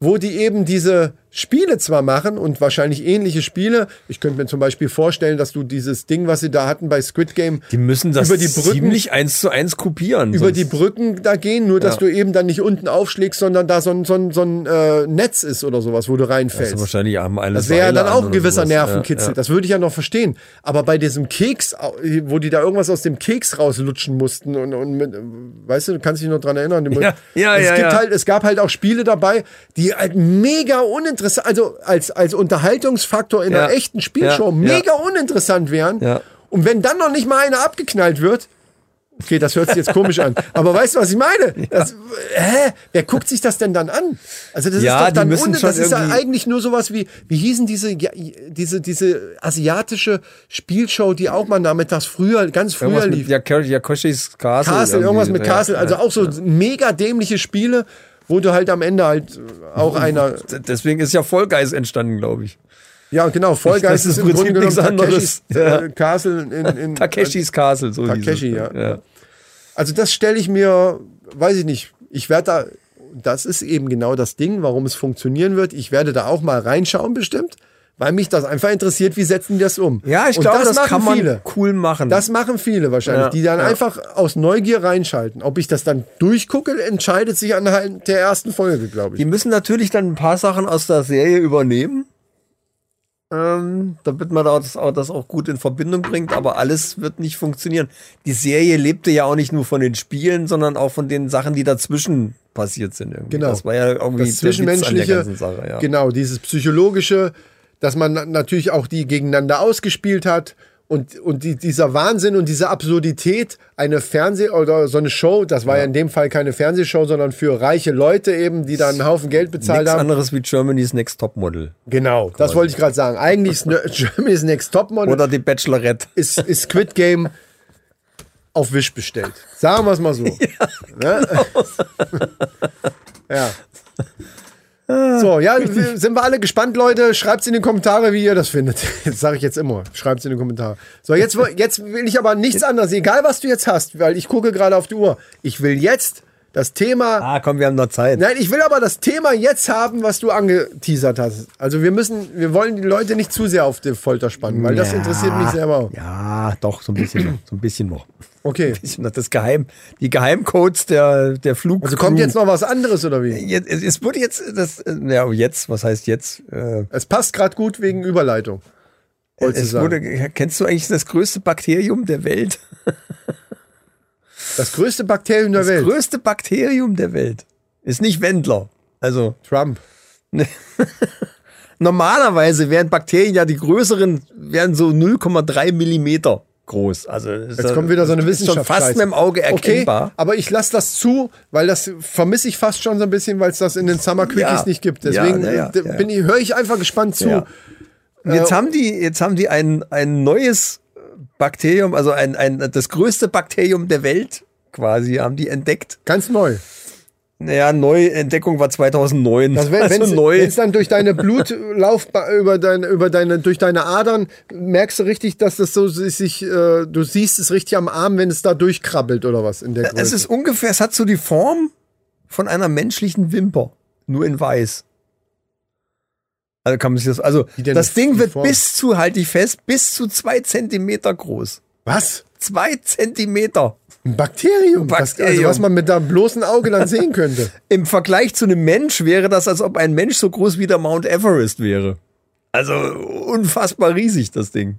Speaker 3: wo die eben diese Spiele zwar machen und wahrscheinlich ähnliche Spiele. Ich könnte mir zum Beispiel vorstellen, dass du dieses Ding, was sie da hatten bei Squid Game,
Speaker 4: die müssen das
Speaker 3: über die Brücken-
Speaker 4: ziemlich eins zu eins kopieren.
Speaker 3: über
Speaker 4: sonst-
Speaker 3: die Brücken da gehen, nur dass du eben dann nicht unten aufschlägst, sondern da so ein, so ein, so ein äh, Netz ist oder sowas, wo du reinfällst.
Speaker 4: Also wahrscheinlich haben alle
Speaker 3: Das wäre ja
Speaker 4: Seile
Speaker 3: dann
Speaker 4: an
Speaker 3: auch ein
Speaker 4: oder
Speaker 3: gewisser
Speaker 4: sowas.
Speaker 3: Nervenkitzel. Das würde ich ja noch verstehen. Aber bei diesem Keks, au- wo die da irgendwas aus dem Keks rauslutschen mussten und, und mit, weißt du, du kannst dich noch dran erinnern. Die-
Speaker 4: Ja, ja,
Speaker 3: es
Speaker 4: ja,
Speaker 3: gibt
Speaker 4: ja.
Speaker 3: halt, es gab halt auch Spiele dabei, die halt mega uninteressant, also als, als Unterhaltungsfaktor in
Speaker 4: Ja.
Speaker 3: einer echten Spielshow
Speaker 4: Ja, ja.
Speaker 3: mega uninteressant wären.
Speaker 4: Ja.
Speaker 3: Und wenn dann noch nicht mal einer abgeknallt wird, okay, das hört sich jetzt komisch an, aber weißt du, was ich meine? Das, hä? Wer guckt sich das denn dann an? Also das
Speaker 4: Ja,
Speaker 3: ist doch
Speaker 4: die
Speaker 3: dann
Speaker 4: müssen
Speaker 3: ohne,
Speaker 4: schon
Speaker 3: das ist ja
Speaker 4: irgendwie-
Speaker 3: eigentlich nur sowas wie, wie hießen diese, ja, diese, diese asiatische Spielshow, die auch mal nachmittags früher, ganz früher
Speaker 4: Irgendwas mit
Speaker 3: lief.
Speaker 4: Jak- Yakoshis Castle.
Speaker 3: Castle,
Speaker 4: irgendwie,
Speaker 3: irgendwas mit
Speaker 4: ja.
Speaker 3: Castle, also auch so mega dämliche Spiele, wo du halt am Ende halt auch einer,
Speaker 4: D- Deswegen ist ja Vollgeist entstanden, glaube ich.
Speaker 3: ja genau, Vollgeist
Speaker 4: Das ist
Speaker 3: ist
Speaker 4: im
Speaker 3: im Grunde
Speaker 4: Prinzip
Speaker 3: genommen
Speaker 4: nichts
Speaker 3: Takeshis
Speaker 4: anderes.
Speaker 3: äh, Castle in, in
Speaker 4: Takeshis Castle, so hieß
Speaker 3: Äh, Takeshi,
Speaker 4: es.
Speaker 3: ja. Also das stelle ich mir, weiß ich nicht, ich werde da, das ist eben genau das Ding, warum es funktionieren wird. Ich werde da auch mal reinschauen bestimmt, weil mich das einfach interessiert, wie setzen die das um.
Speaker 4: Ja, ich
Speaker 3: Und
Speaker 4: glaube, das,
Speaker 3: machen
Speaker 4: kann man
Speaker 3: viele.
Speaker 4: cool machen.
Speaker 3: Das machen viele wahrscheinlich,
Speaker 4: Hm. Ja,
Speaker 3: die dann
Speaker 4: ja.
Speaker 3: einfach aus Neugier reinschalten. Ob ich das dann durchgucke, entscheidet sich anhand der ersten Folge, glaube ich.
Speaker 4: die müssen natürlich dann ein paar Sachen aus der Serie übernehmen. ähm, damit man da das, auch- das auch gut in Verbindung bringt, aber alles wird nicht funktionieren. Die Serie lebte ja auch nicht nur von den Spielen, sondern auch von den Sachen, die dazwischen passiert sind. Irgendwie.
Speaker 3: Genau.
Speaker 4: Das war ja irgendwie
Speaker 3: das
Speaker 4: der Witz an der
Speaker 3: Zwischenmenschliche,
Speaker 4: ganzen Sache, ja.
Speaker 3: genau, dieses Psychologische, dass man na- natürlich auch die gegeneinander ausgespielt hat und, und die, dieser Wahnsinn und diese Absurdität, eine Fernseh- oder so eine Show, das war ja. in dem Fall keine Fernsehshow, sondern für reiche Leute eben, die da einen Haufen Geld bezahlt
Speaker 4: Nichts
Speaker 3: haben.
Speaker 4: anderes wie Germany's Next Topmodel.
Speaker 3: Genau, das wollte ich gerade sagen. Eigentlich ist ne, Germany's Next Topmodel
Speaker 4: Oder die Bachelorette.
Speaker 3: ist, ist Squid Game auf Wish bestellt. Sagen wir es mal so. Ja. Ne? ja. So, ja, wir- sind wir alle gespannt, Leute. Schreibt es in die Kommentare, wie ihr das findet. Das sage ich jetzt immer. Schreibt es in die Kommentare. So, jetzt, wo- jetzt will ich aber nichts anderes. Egal, was du jetzt hast, weil ich gucke gerade auf die Uhr. Ich will jetzt das Thema
Speaker 4: Ah, komm, wir haben noch Zeit.
Speaker 3: Nein, ich will aber das Thema jetzt haben, was du angeteasert hast. Also wir müssen, wir wollen die Leute nicht zu sehr auf die Folter spannen, weil das
Speaker 4: Ja.
Speaker 3: interessiert mich selber auch.
Speaker 4: Ja, doch, so ein bisschen noch. So ein bisschen noch.
Speaker 3: Okay.
Speaker 4: Ein bisschen noch. Das Geheim, die Geheimcodes der, der Flug.
Speaker 3: Also kommt jetzt noch was anderes oder wie?
Speaker 4: Jetzt, es- es wurde jetzt, das, äh, ja, jetzt, was heißt jetzt? Äh,
Speaker 3: Es passt gerade gut wegen Überleitung. Wolltest du
Speaker 4: es
Speaker 3: sagen.
Speaker 4: wurde, kennst du eigentlich das größte Bakterium der Welt?
Speaker 3: Das größte Bakterium der
Speaker 4: Das
Speaker 3: Welt.
Speaker 4: größte Bakterium der Welt. Ist nicht Wendler. Also,
Speaker 3: Trump.
Speaker 4: normalerweise wären Bakterien ja die größeren, wären so 0,3 Millimeter groß. Also,
Speaker 3: Jetzt kommt wieder so eine
Speaker 4: ist
Speaker 3: Wissenschaft.
Speaker 4: Schon fast mit dem Auge erkennbar.
Speaker 3: Okay, aber ich lasse das zu, weil das vermisse ich fast schon so ein bisschen, weil es das in den Summer Quickies
Speaker 4: Ja.
Speaker 3: nicht gibt.
Speaker 4: Ja,
Speaker 3: Deswegen
Speaker 4: na ja,
Speaker 3: d-
Speaker 4: ja, ja.
Speaker 3: bin ich, höre ich einfach gespannt zu.
Speaker 4: Ja. Und jetzt
Speaker 3: Äh,
Speaker 4: haben die, jetzt haben die ein, ein neues Bakterium, also ein, ein, das größte Bakterium der Welt quasi, haben die entdeckt.
Speaker 3: Ganz neu.
Speaker 4: Naja, Neuentdeckung war 2009.
Speaker 3: Also wenn es
Speaker 4: also neu.
Speaker 3: dann durch deine Blutlaufbahn über deine über deine durch deine Adern merkst du richtig, dass das so si- sich äh, du siehst es richtig am Arm, wenn es da durchkrabbelt oder was in der Größe.
Speaker 4: Es ist ungefähr, es hat so die Form von einer menschlichen Wimper, nur in weiß. Also kann man sich das, also
Speaker 3: Wie denn
Speaker 4: das
Speaker 3: die-
Speaker 4: Ding
Speaker 3: die
Speaker 4: wird
Speaker 3: Form?
Speaker 4: bis zu, halte ich fest, bis zu zwei Zentimeter groß.
Speaker 3: was?
Speaker 4: Zwei Zentimeter.
Speaker 3: Ein Bakterium,
Speaker 4: Ein
Speaker 3: Was, also
Speaker 4: Bakterium.
Speaker 3: was man mit deinem bloßen Auge dann sehen könnte.
Speaker 4: Im Vergleich zu einem Mensch wäre das, als ob ein Mensch so groß wie der Mount Everest wäre. Also unfassbar riesig, das Ding.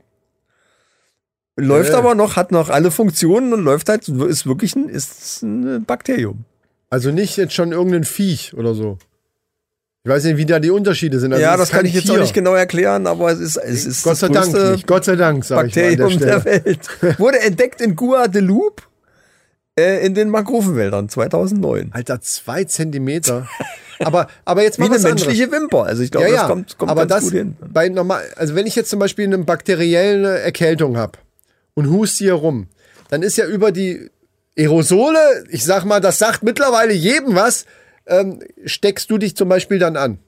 Speaker 4: Läuft
Speaker 3: Äh.
Speaker 4: aber noch, hat noch alle Funktionen und läuft halt, ist wirklich ein, ist ein Bakterium.
Speaker 3: Also nicht jetzt schon irgendein Viech oder so. Ich weiß nicht, wie da die Unterschiede sind. Also
Speaker 4: ja,
Speaker 3: es
Speaker 4: das
Speaker 3: ist
Speaker 4: kann
Speaker 3: kein
Speaker 4: ich jetzt
Speaker 3: Tier.
Speaker 4: auch nicht genau erklären, aber es ist, es ist
Speaker 3: Gott sei
Speaker 4: das
Speaker 3: Dank
Speaker 4: größte
Speaker 3: nicht. Gott sei Dank, sag ich mal
Speaker 4: Bakterium
Speaker 3: an der
Speaker 4: der,
Speaker 3: Stelle.
Speaker 4: Welt. Wurde entdeckt in Guadeloupe äh, in den Mangrovenwäldern 2009.
Speaker 3: Alter, zwei Zentimeter. Aber, aber jetzt
Speaker 4: Wie
Speaker 3: mal
Speaker 4: eine
Speaker 3: was anderes.
Speaker 4: menschliche Wimper. Also ich glaube,
Speaker 3: ja, ja.
Speaker 4: das kommt, kommt
Speaker 3: aber
Speaker 4: ganz
Speaker 3: das
Speaker 4: gut hin.
Speaker 3: bei normal, also wenn ich jetzt zum Beispiel eine bakterielle Erkältung habe und huste hier rum, dann ist ja über die Aerosole, ich sag mal, das sagt mittlerweile jedem was, ähm, steckst du dich zum Beispiel dann an.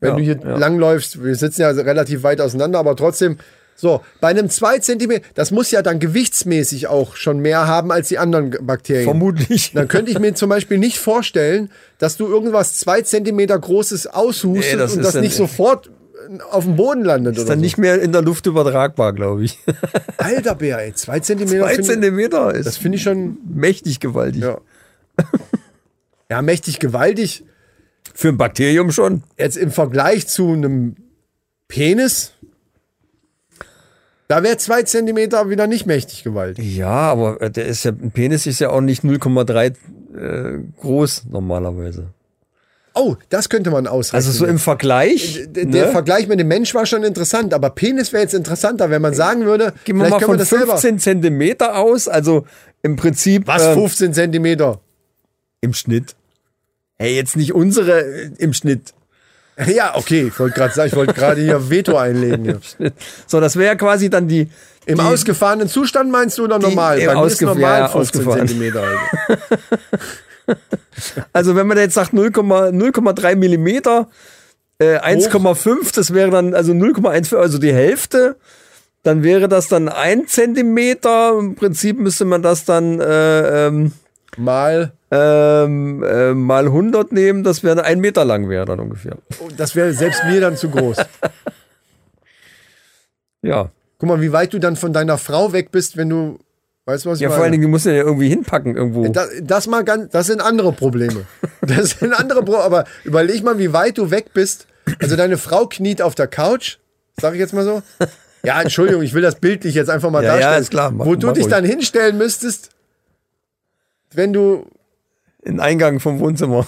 Speaker 3: Wenn
Speaker 4: Ja,
Speaker 3: du hier
Speaker 4: ja.
Speaker 3: langläufst, wir sitzen ja relativ weit auseinander, aber trotzdem, so, bei einem 2 cm, das muss ja dann gewichtsmäßig auch schon mehr haben als die anderen Bakterien.
Speaker 4: Vermutlich.
Speaker 3: Dann könnte ich mir zum Beispiel nicht vorstellen, dass du irgendwas zwei Zentimeter Großes aushustest
Speaker 4: Nee, das
Speaker 3: und
Speaker 4: ist
Speaker 3: das
Speaker 4: dann-
Speaker 3: nicht sofort äh, auf dem Boden landet.
Speaker 4: Ist
Speaker 3: oder
Speaker 4: dann
Speaker 3: so.
Speaker 4: nicht mehr in der Luft übertragbar, glaube ich.
Speaker 3: Alter Bär, ey, zwei Zentimeter.
Speaker 4: Zwei
Speaker 3: find-
Speaker 4: Zentimeter
Speaker 3: Das
Speaker 4: ist
Speaker 3: finde ich schon.
Speaker 4: mächtig gewaltig.
Speaker 3: Ja. ja, mächtig gewaltig.
Speaker 4: Für ein Bakterium schon.
Speaker 3: Jetzt im Vergleich zu einem Penis, da wäre zwei Zentimeter wieder nicht mächtig gewaltig.
Speaker 4: Ja, aber äh, der ist ja, ein Penis ist ja auch nicht 0,3 äh, groß normalerweise.
Speaker 3: Oh, das könnte man ausrechnen.
Speaker 4: Also so im Vergleich.
Speaker 3: D-
Speaker 4: ne?
Speaker 3: Der Vergleich mit dem Mensch war schon interessant, aber Penis wäre jetzt interessanter, wenn man sagen würde,
Speaker 4: Äh, Gehen wir
Speaker 3: vielleicht
Speaker 4: mal von
Speaker 3: können wir das selber.
Speaker 4: 15 Zentimeter aus, also im Prinzip
Speaker 3: Was,
Speaker 4: ähm,
Speaker 3: 15 Zentimeter?
Speaker 4: im Schnitt. Hey, jetzt nicht unsere äh, im Schnitt,
Speaker 3: Ja, okay, ich wollte gerade sagen, ich wollte gerade hier Veto einlegen. Hier.
Speaker 4: so das wäre ja quasi dann die
Speaker 3: Im
Speaker 4: die,
Speaker 3: ausgefahrenen Zustand meinst du oder
Speaker 4: Die-
Speaker 3: normal?
Speaker 4: im
Speaker 3: Bei mir ist
Speaker 4: ausgef-
Speaker 3: normal
Speaker 4: ja,
Speaker 3: 15
Speaker 4: ausgefahren.
Speaker 3: Zentimeter. Also.
Speaker 4: Also wenn man jetzt sagt 0,0,3 0,3 Millimeter, äh, 1,5, das wäre dann also 0,1, also die Hälfte. Dann wäre das dann ein Zentimeter. Im Prinzip müsste man das dann äh, ähm,
Speaker 3: Mal,
Speaker 4: ähm, äh, mal 100 nehmen. Das wäre ein Meter lang wäre dann ungefähr.
Speaker 3: oh, das wäre selbst mir dann zu groß.
Speaker 4: Ja.
Speaker 3: Guck mal, wie weit du dann von deiner Frau weg bist, wenn du, weißt du was ich
Speaker 4: Ja,
Speaker 3: meine?
Speaker 4: vor allen Dingen, die muss ja irgendwie hinpacken irgendwo.
Speaker 3: Das, das mal ganz, das sind andere Probleme. Das sind andere Probleme, aber überleg mal, wie weit du weg bist. Also deine Frau kniet auf der Couch, sage ich jetzt mal so. Ja, Entschuldigung, ich will das bildlich jetzt einfach mal
Speaker 4: Ja, ja,
Speaker 3: darstellen.
Speaker 4: ist klar. Mach-
Speaker 3: Wo du
Speaker 4: mach
Speaker 3: dich
Speaker 4: ruhig.
Speaker 3: dann hinstellen müsstest, wenn du
Speaker 4: In den Eingang vom Wohnzimmer.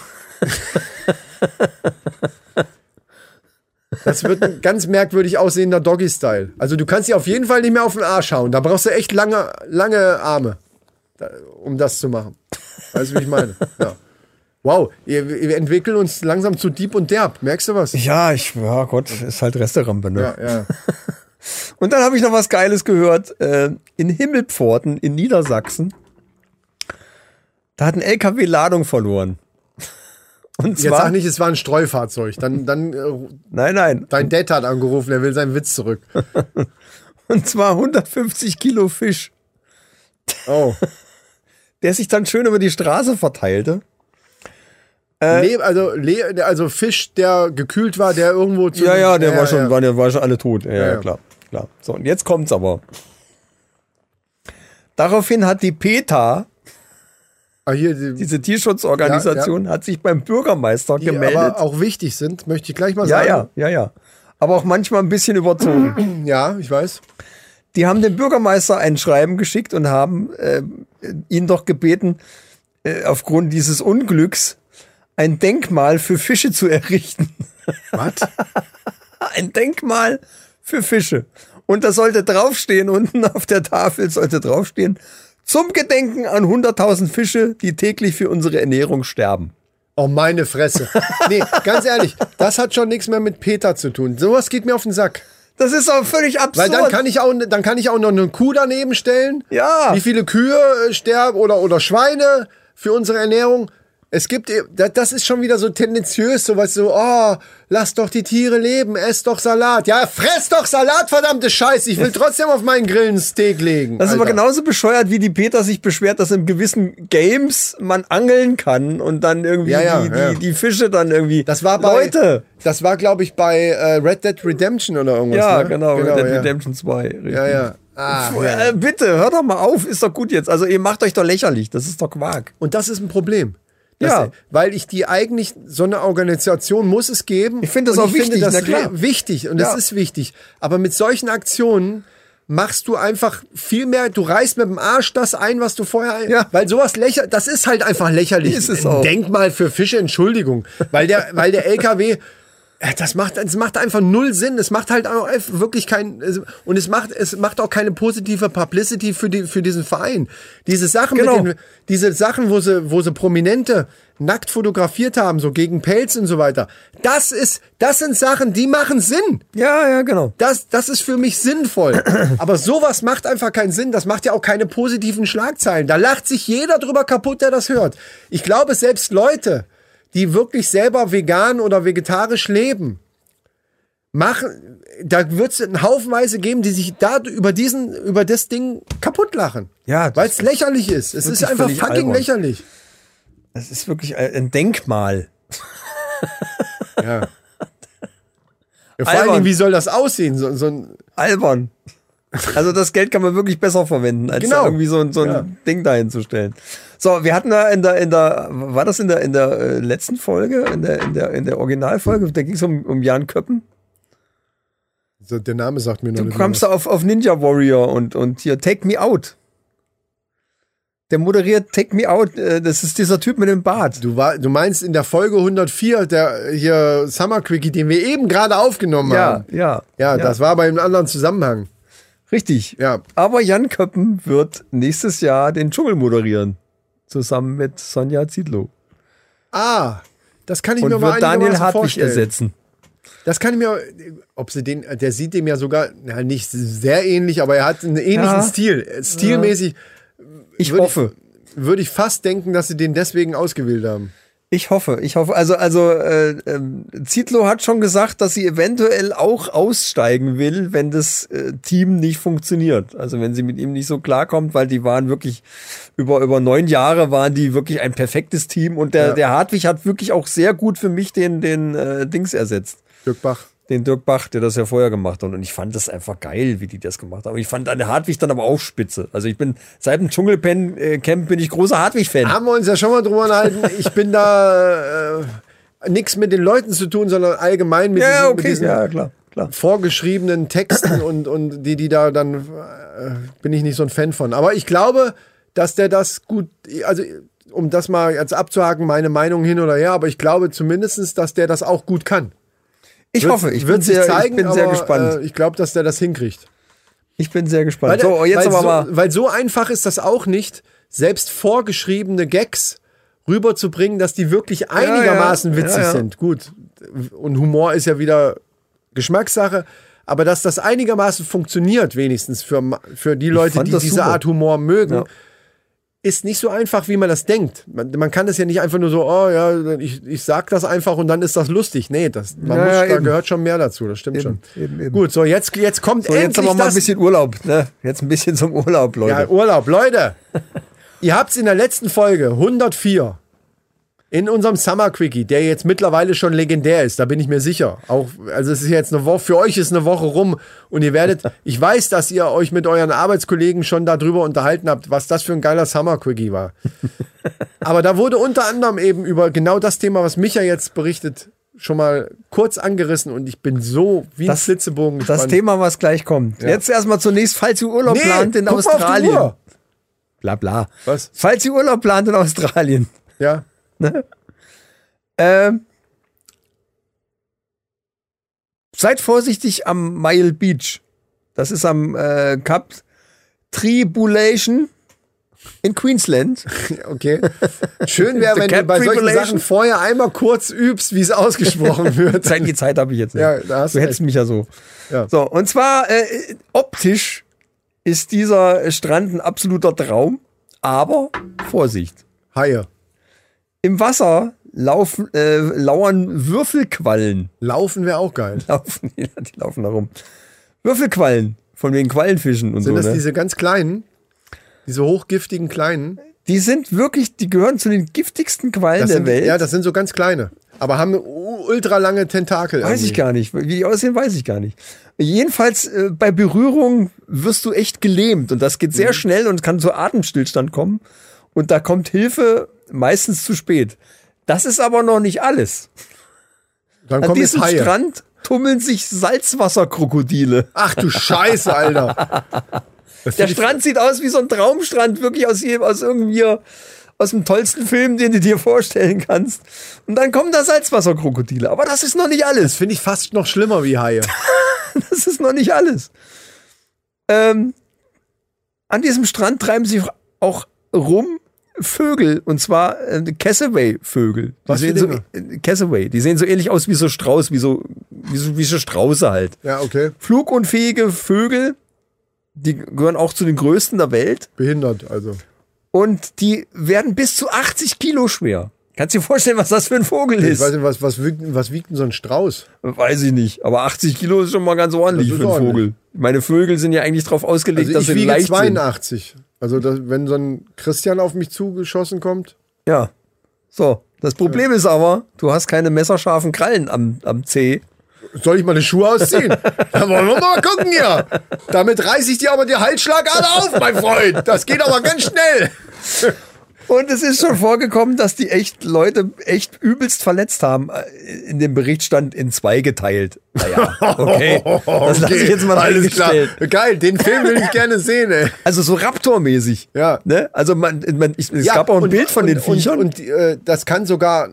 Speaker 3: Das wird ein ganz merkwürdig aussehender Doggy-Style. Also du kannst dir auf jeden Fall nicht mehr auf den Arsch hauen. Da brauchst du echt lange, lange Arme, da, um das zu machen. Weißt du, wie ich meine? Ja. Wow, wir, wir entwickeln uns langsam zu deep und derb. Merkst du was?
Speaker 4: Ja, ich, ja Gott, ist halt Resterampe, ne?
Speaker 3: Ja, ja.
Speaker 4: Und dann habe ich noch was Geiles gehört. Äh, in Himmelpforten in Niedersachsen. Da hat ein LKW Ladung verloren. Und
Speaker 3: Jetzt
Speaker 4: zwar.
Speaker 3: sag nicht, es war ein Streufahrzeug. Dann, dann, äh,
Speaker 4: Nein, nein.
Speaker 3: dein Dad hat angerufen, er will seinen Witz zurück.
Speaker 4: Und zwar 150 Kilo Fisch,
Speaker 3: Oh.
Speaker 4: der sich dann schön über die Straße verteilte. Äh.
Speaker 3: Le also, Le also Fisch, der gekühlt war, der irgendwo zu.
Speaker 4: Ja, ja, der war, schon, War, der war schon alle tot. Ja, ja,
Speaker 3: ja.
Speaker 4: klar, klar. So, und jetzt kommt's aber. Daraufhin hat die PETA,
Speaker 3: Ah, hier, die,
Speaker 4: diese Tierschutzorganisation, hat sich beim Bürgermeister
Speaker 3: die
Speaker 4: gemeldet.
Speaker 3: aber auch wichtig sind, möchte ich gleich mal
Speaker 4: Ja,
Speaker 3: sagen.
Speaker 4: ja, ja, ja. Aber auch manchmal ein bisschen überzogen.
Speaker 3: Ja, ich weiß.
Speaker 4: Die haben dem Bürgermeister ein Schreiben geschickt und haben äh, ihn doch gebeten, äh, aufgrund dieses Unglücks ein Denkmal für Fische zu errichten.
Speaker 3: Was?
Speaker 4: ein Denkmal für Fische. Und da sollte draufstehen, unten auf der Tafel sollte draufstehen, zum Gedenken an 100.000 Fische, die täglich für unsere Ernährung sterben.
Speaker 3: Oh, meine Fresse. Nee, ganz ehrlich, das hat schon nichts mehr mit Peter zu tun. Sowas geht mir auf den Sack.
Speaker 4: Das ist auch völlig absurd.
Speaker 3: Weil dann kann ich auch, ne, dann kann ich auch noch eine Kuh daneben stellen.
Speaker 4: Ja.
Speaker 3: Wie viele Kühe äh, sterben oder, oder Schweine für unsere Ernährung. Es gibt, e- da- das ist schon wieder so tendenziös, sowas so, oh, lass doch die Tiere leben, ess doch Salat. Ja, fress doch Salat, verdammte Scheiße. Ich will trotzdem auf meinen Grillen Steak legen.
Speaker 4: das ist aber genau
Speaker 3: Alter.
Speaker 4: genauso bescheuert, wie die Peter sich beschwert, dass in gewissen Games man angeln kann und dann irgendwie
Speaker 3: Ja, ja,
Speaker 4: die, die,
Speaker 3: ja.
Speaker 4: die Fische dann irgendwie.
Speaker 3: Das war bei,
Speaker 4: Leute!
Speaker 3: das war, glaube ich, bei äh, Red Dead Redemption oder irgendwas.
Speaker 4: Ja,
Speaker 3: ne?
Speaker 4: genau, Red Dead
Speaker 3: ja.
Speaker 4: Redemption 2. richtig.
Speaker 3: Ja, ja. Ah, ja.
Speaker 4: Äh, bitte, hör doch mal auf, ist doch gut jetzt. Also ihr macht euch doch lächerlich, das ist doch Quark.
Speaker 3: Und das ist ein Problem. Das-
Speaker 4: Ja.
Speaker 3: Weil ich die eigentlich, so eine Organisation muss es geben.
Speaker 4: Ich finde das
Speaker 3: Und
Speaker 4: auch wichtig,
Speaker 3: Finde das
Speaker 4: na klar.
Speaker 3: re- Wichtig und
Speaker 4: Ja.
Speaker 3: das ist wichtig. Aber mit solchen Aktionen machst du einfach viel mehr, du reißt mit dem Arsch das ein, was du vorher, ein-
Speaker 4: Ja.
Speaker 3: weil sowas lächer, das ist halt einfach lächerlich.
Speaker 4: Ist es
Speaker 3: Ein
Speaker 4: auch.
Speaker 3: Denkmal für Fische, Entschuldigung. Weil der, weil der LKW, ja, das macht, das macht einfach null Sinn. Es macht halt auch einfach wirklich keinen, es- und es macht, es macht auch keine positive Publicity für die, für diesen Verein. Diese Sachen
Speaker 4: Genau.
Speaker 3: mit den, diese Sachen, wo sie, wo sie Prominente nackt fotografiert haben, so gegen Pelz und so weiter. Das ist, das sind Sachen, die machen Sinn.
Speaker 4: Ja, ja, genau.
Speaker 3: Das, das ist für mich sinnvoll. Aber sowas macht einfach keinen Sinn. Das macht ja auch keine positiven Schlagzeilen. Da lacht sich jeder drüber kaputt, der das hört. Ich glaube, selbst Leute, die wirklich selber vegan oder vegetarisch leben, machen, da wird es einen Haufenweise geben, die sich da über diesen, über das Ding kaputt lachen.
Speaker 4: Ja, das
Speaker 3: Weil es lächerlich ist. Es ist
Speaker 4: wirklich
Speaker 3: einfach
Speaker 4: völlig
Speaker 3: fucking
Speaker 4: albern.
Speaker 3: lächerlich.
Speaker 4: Es ist wirklich ein ein Denkmal.
Speaker 3: Ja. Ja, vor allen
Speaker 4: Albern.
Speaker 3: Dingen, wie soll das aussehen? So, so ein,
Speaker 4: Albern. Also das Geld kann man wirklich besser verwenden, als
Speaker 3: Genau.
Speaker 4: da irgendwie so ein, so ein
Speaker 3: Ja.
Speaker 4: Ding dahinzustellen. So, wir hatten da in der, in der, war das in der, in der äh, letzten Folge, in der, in der, in der Originalfolge, da ging es um, um Jan Köppen.
Speaker 3: so, der Name sagt mir noch
Speaker 4: Du
Speaker 3: nicht
Speaker 4: kamst da auf, auf Ninja Warrior und, und hier Take Me Out. Der moderiert Take Me Out, äh, das ist dieser Typ mit dem Bart.
Speaker 3: Du, war, du meinst in der Folge 104, der hier Summer Quickie, den wir eben gerade aufgenommen
Speaker 4: ja,
Speaker 3: haben.
Speaker 4: ja,
Speaker 3: Ja, das war bei einem anderen Zusammenhang.
Speaker 4: Richtig.
Speaker 3: Ja.
Speaker 4: Aber Jan Köppen wird nächstes Jahr den Dschungel moderieren. Zusammen mit Sonja Ziedlow.
Speaker 3: Ah, das kann ich mir
Speaker 4: Und
Speaker 3: mal
Speaker 4: wird Daniel
Speaker 3: einigermaßen
Speaker 4: Hartwig
Speaker 3: vorstellen.
Speaker 4: ersetzen.
Speaker 3: Das kann ich mir, ob sie den, der sieht dem ja sogar, na, nicht sehr ähnlich, aber er hat einen ähnlichen
Speaker 4: Ja.
Speaker 3: Stil. Äh, Stilmäßig
Speaker 4: Ich
Speaker 3: Würde ich-
Speaker 4: hoffe.
Speaker 3: würde ich fast denken, dass sie den deswegen ausgewählt haben.
Speaker 4: Ich hoffe, ich hoffe. Also, also äh, ähm, Zietlow hat schon gesagt, dass sie eventuell auch aussteigen will, wenn das äh, Team nicht funktioniert. Also wenn sie mit ihm nicht so klarkommt, weil die waren wirklich über über neun Jahre waren die wirklich ein perfektes Team und der
Speaker 3: Ja.
Speaker 4: der Hartwig hat wirklich auch sehr gut für mich den den äh, Dings ersetzt.
Speaker 3: Glückbach.
Speaker 4: den Dirk Bach, der das ja vorher gemacht hat. Und ich fand das einfach geil, wie die das gemacht haben. Ich fand an der Hartwig dann aber auch spitze. Also ich bin seit dem Dschungelcamp bin ich großer Hartwig-Fan.
Speaker 3: Haben wir uns ja schon mal drüber unterhalten. Ich bin da äh, nichts mit den Leuten zu tun, sondern allgemein mit diesen, mit diesen
Speaker 4: ja, klar. klar.
Speaker 3: vorgeschriebenen Texten und, und die, die da dann, äh, bin ich nicht so ein Fan von. Aber ich glaube, dass der das gut, also um das mal jetzt abzuhaken, meine Meinung hin oder her, aber ich glaube zumindestens, dass der das auch gut kann.
Speaker 4: Ich hoffe, ich
Speaker 3: Wird
Speaker 4: bin,
Speaker 3: sich
Speaker 4: sehr,
Speaker 3: zeigen,
Speaker 4: ich bin sehr
Speaker 3: aber,
Speaker 4: gespannt.
Speaker 3: Äh, ich glaube, dass der das hinkriegt.
Speaker 4: ich bin sehr gespannt.
Speaker 3: Weil,
Speaker 4: So, jetzt
Speaker 3: weil
Speaker 4: aber
Speaker 3: so,
Speaker 4: mal.
Speaker 3: Weil so einfach ist das auch nicht, selbst vorgeschriebene Gags rüberzubringen, dass die wirklich einigermaßen
Speaker 4: ja,
Speaker 3: witzig
Speaker 4: ja, ja.
Speaker 3: sind. Gut. Und Humor ist ja wieder Geschmackssache. Aber dass das einigermaßen funktioniert, wenigstens für, ma- für die Leute,
Speaker 4: fand
Speaker 3: die
Speaker 4: das
Speaker 3: diese
Speaker 4: super.
Speaker 3: Art Humor mögen,
Speaker 4: Ja.
Speaker 3: ist nicht so einfach, wie man das denkt. Man, man kann das ja nicht einfach nur so, oh ja, ich, ich sag das einfach und dann ist das lustig. Nee, das, man
Speaker 4: Ja,
Speaker 3: muss,
Speaker 4: ja,
Speaker 3: da
Speaker 4: eben.
Speaker 3: gehört schon mehr dazu, das stimmt
Speaker 4: Eben,
Speaker 3: schon.
Speaker 4: eben, eben.
Speaker 3: Gut, so jetzt, jetzt kommt
Speaker 4: So, jetzt
Speaker 3: endlich
Speaker 4: aber mal ein
Speaker 3: das
Speaker 4: bisschen Urlaub. Ne? Jetzt ein bisschen zum Urlaub, Leute.
Speaker 3: ja, Urlaub, Leute. ihr habt es in der letzten Folge 104 in unserem Summer Quickie, der jetzt mittlerweile schon legendär ist, da bin ich mir sicher. Auch also es ist jetzt eine Woche für euch ist eine Woche rum und ihr werdet ich weiß, dass ihr euch mit euren Arbeitskollegen schon darüber unterhalten habt, was das für ein geiler Summer Quickie war. Aber da wurde unter anderem eben über genau das Thema, was Micha jetzt berichtet, schon mal kurz angerissen und ich bin so wie ein
Speaker 4: Das-
Speaker 3: Flitzebogen
Speaker 4: Das
Speaker 3: gespannt.
Speaker 4: Thema, was gleich kommt. Jetzt erstmal zunächst, falls ihr Urlaub plant in
Speaker 3: guck mal auf die
Speaker 4: Australien.
Speaker 3: Uhr.
Speaker 4: Bla bla.
Speaker 3: Was?
Speaker 4: Falls ihr Urlaub plant in Australien.
Speaker 3: Ja.
Speaker 4: Ähm, seid vorsichtig am Mile Beach. Das ist am äh, Cup Tribulation in Queensland.
Speaker 3: Okay. Schön wäre,
Speaker 4: The
Speaker 3: wenn du
Speaker 4: Cap
Speaker 3: bei solchen
Speaker 4: Tribulation.
Speaker 3: Sachen vorher einmal kurz übst, wie es ausgesprochen wird.
Speaker 4: Zeit, die Zeit habe ich jetzt nicht.
Speaker 3: Ja, da hast
Speaker 4: du
Speaker 3: du
Speaker 4: hättest mich ja so.
Speaker 3: Ja.
Speaker 4: So, und zwar äh, optisch ist dieser Strand ein absoluter Traum, aber Vorsicht.
Speaker 3: Haie.
Speaker 4: Im Wasser laufen, äh, lauern Würfelquallen.
Speaker 3: Laufen wäre auch geil.
Speaker 4: Laufen, die, die laufen da rum. Würfelquallen, von wegen Quallenfischen und
Speaker 3: Sind
Speaker 4: so.
Speaker 3: das
Speaker 4: ne?
Speaker 3: diese ganz kleinen? Diese hochgiftigen kleinen?
Speaker 4: die sind wirklich, die gehören zu den giftigsten Quallen
Speaker 3: Das
Speaker 4: der
Speaker 3: sind,
Speaker 4: Welt.
Speaker 3: Ja, das sind so ganz kleine. Aber haben u- ultra lange Tentakel.
Speaker 4: weiß ich
Speaker 3: irgendwie.
Speaker 4: gar nicht. Wie die aussehen, weiß ich gar nicht. Jedenfalls äh, bei Berührung wirst du echt gelähmt und das geht
Speaker 3: Mhm.
Speaker 4: sehr schnell und kann zu Atemstillstand kommen. Und da kommt Hilfe meistens zu spät. Das ist aber noch nicht alles.
Speaker 3: Dann
Speaker 4: An
Speaker 3: kommen jetzt
Speaker 4: diesem
Speaker 3: Haie.
Speaker 4: Strand tummeln sich Salzwasserkrokodile.
Speaker 3: Ach du Scheiße, Alter. Das
Speaker 4: Der
Speaker 3: find ich-
Speaker 4: Strand sieht aus wie so ein Traumstrand, wirklich aus, jedem- aus irgendwie aus dem tollsten Film, den du dir vorstellen kannst. Und dann kommen da Salzwasserkrokodile. Aber das ist noch nicht alles.
Speaker 3: Das finde ich fast noch schlimmer wie Haie.
Speaker 4: Das ist noch nicht alles. Ähm, an diesem Strand treiben sich auch rum Vögel, und zwar äh, Cassaway-Vögel. Die
Speaker 3: Was für
Speaker 4: sehen so, äh, Cassaway, die sehen so ähnlich aus wie so Strauß, wie so, wie so, wie so Strauße halt.
Speaker 3: Ja, okay.
Speaker 4: Flugunfähige Vögel, die gehören auch zu den größten der Welt.
Speaker 3: Behindert, also.
Speaker 4: Und die werden bis zu 80 Kilo schwer. Kannst dir vorstellen, was das für ein Vogel
Speaker 3: Ich
Speaker 4: ist?
Speaker 3: weiß nicht, was, was, wiegt, was wiegt denn so ein Strauß?
Speaker 4: Weiß ich nicht. Aber 80 Kilo ist schon mal ganz ordentlich
Speaker 3: Das ist
Speaker 4: für einen
Speaker 3: ordentlich.
Speaker 4: Vogel. Meine Vögel sind ja eigentlich darauf ausgelegt,
Speaker 3: Also
Speaker 4: dass
Speaker 3: ich
Speaker 4: sie
Speaker 3: wiege
Speaker 4: leicht sind.
Speaker 3: 82. Also das, wenn so ein Christian auf mich zugeschossen kommt,
Speaker 4: Ja. So. Das Problem ist aber, du hast keine messerscharfen Krallen am, am Zeh.
Speaker 3: soll ich meine Schuhe ausziehen? Dann wollen wir mal gucken hier. Damit reiße ich dir aber die Halsschlagader auf, mein Freund. Das geht aber ganz schnell.
Speaker 4: Und es ist schon vorgekommen, dass die echt Leute echt übelst verletzt haben. In dem Bericht stand in zwei geteilt. Naja, okay. Das lasse ich jetzt mal
Speaker 3: Alles klar.
Speaker 4: dahingestellt.
Speaker 3: Geil, den Film will ich gerne sehen, ey.
Speaker 4: Also so Raptor-mäßig.
Speaker 3: Ja.
Speaker 4: Ne? Also man, man, ich, es gab auch ein
Speaker 3: und-
Speaker 4: Bild von
Speaker 3: und,
Speaker 4: den Viechern.
Speaker 3: Und, und äh, das kann sogar,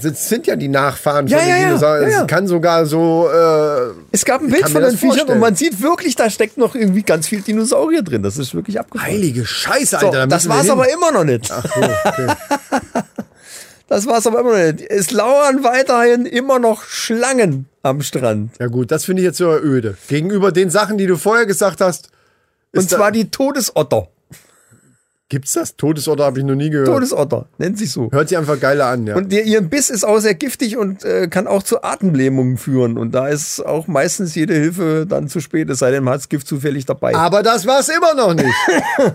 Speaker 3: das sind ja die Nachfahren
Speaker 4: Ja,
Speaker 3: von den
Speaker 4: ja, ja,
Speaker 3: Dinosauriern.
Speaker 4: ja, ja.
Speaker 3: Es kann sogar so, äh,
Speaker 4: es gab ein
Speaker 3: ich
Speaker 4: Bild
Speaker 3: kann
Speaker 4: von
Speaker 3: mir
Speaker 4: den
Speaker 3: das
Speaker 4: Viechern und
Speaker 3: vorstellen.
Speaker 4: man sieht wirklich, da steckt noch irgendwie ganz viel Dinosaurier drin. Das ist wirklich abgefallen.
Speaker 3: heilige Scheiße,
Speaker 4: So,
Speaker 3: Alter. da
Speaker 4: das
Speaker 3: müssen wir
Speaker 4: war's
Speaker 3: hin.
Speaker 4: aber immer noch nicht.
Speaker 3: Ach so, okay.
Speaker 4: Das war's aber immer noch nicht. Es lauern weiterhin immer noch Schlangen am Strand.
Speaker 3: Ja gut, das finde ich jetzt so öde. Gegenüber den Sachen, die du vorher gesagt hast. ist
Speaker 4: Und zwar
Speaker 3: da,
Speaker 4: die Todesotter.
Speaker 3: gibt's das? Todesotter habe ich noch nie gehört.
Speaker 4: Todesotter, nennt sich so.
Speaker 3: Hört sich einfach geiler an, ja.
Speaker 4: Und der, ihr Biss ist auch sehr giftig und äh, kann auch zu Atemlähmungen führen. Und da ist auch meistens jede Hilfe dann zu spät, es sei denn, man hat das Gift zufällig dabei.
Speaker 3: aber das war's immer noch nicht.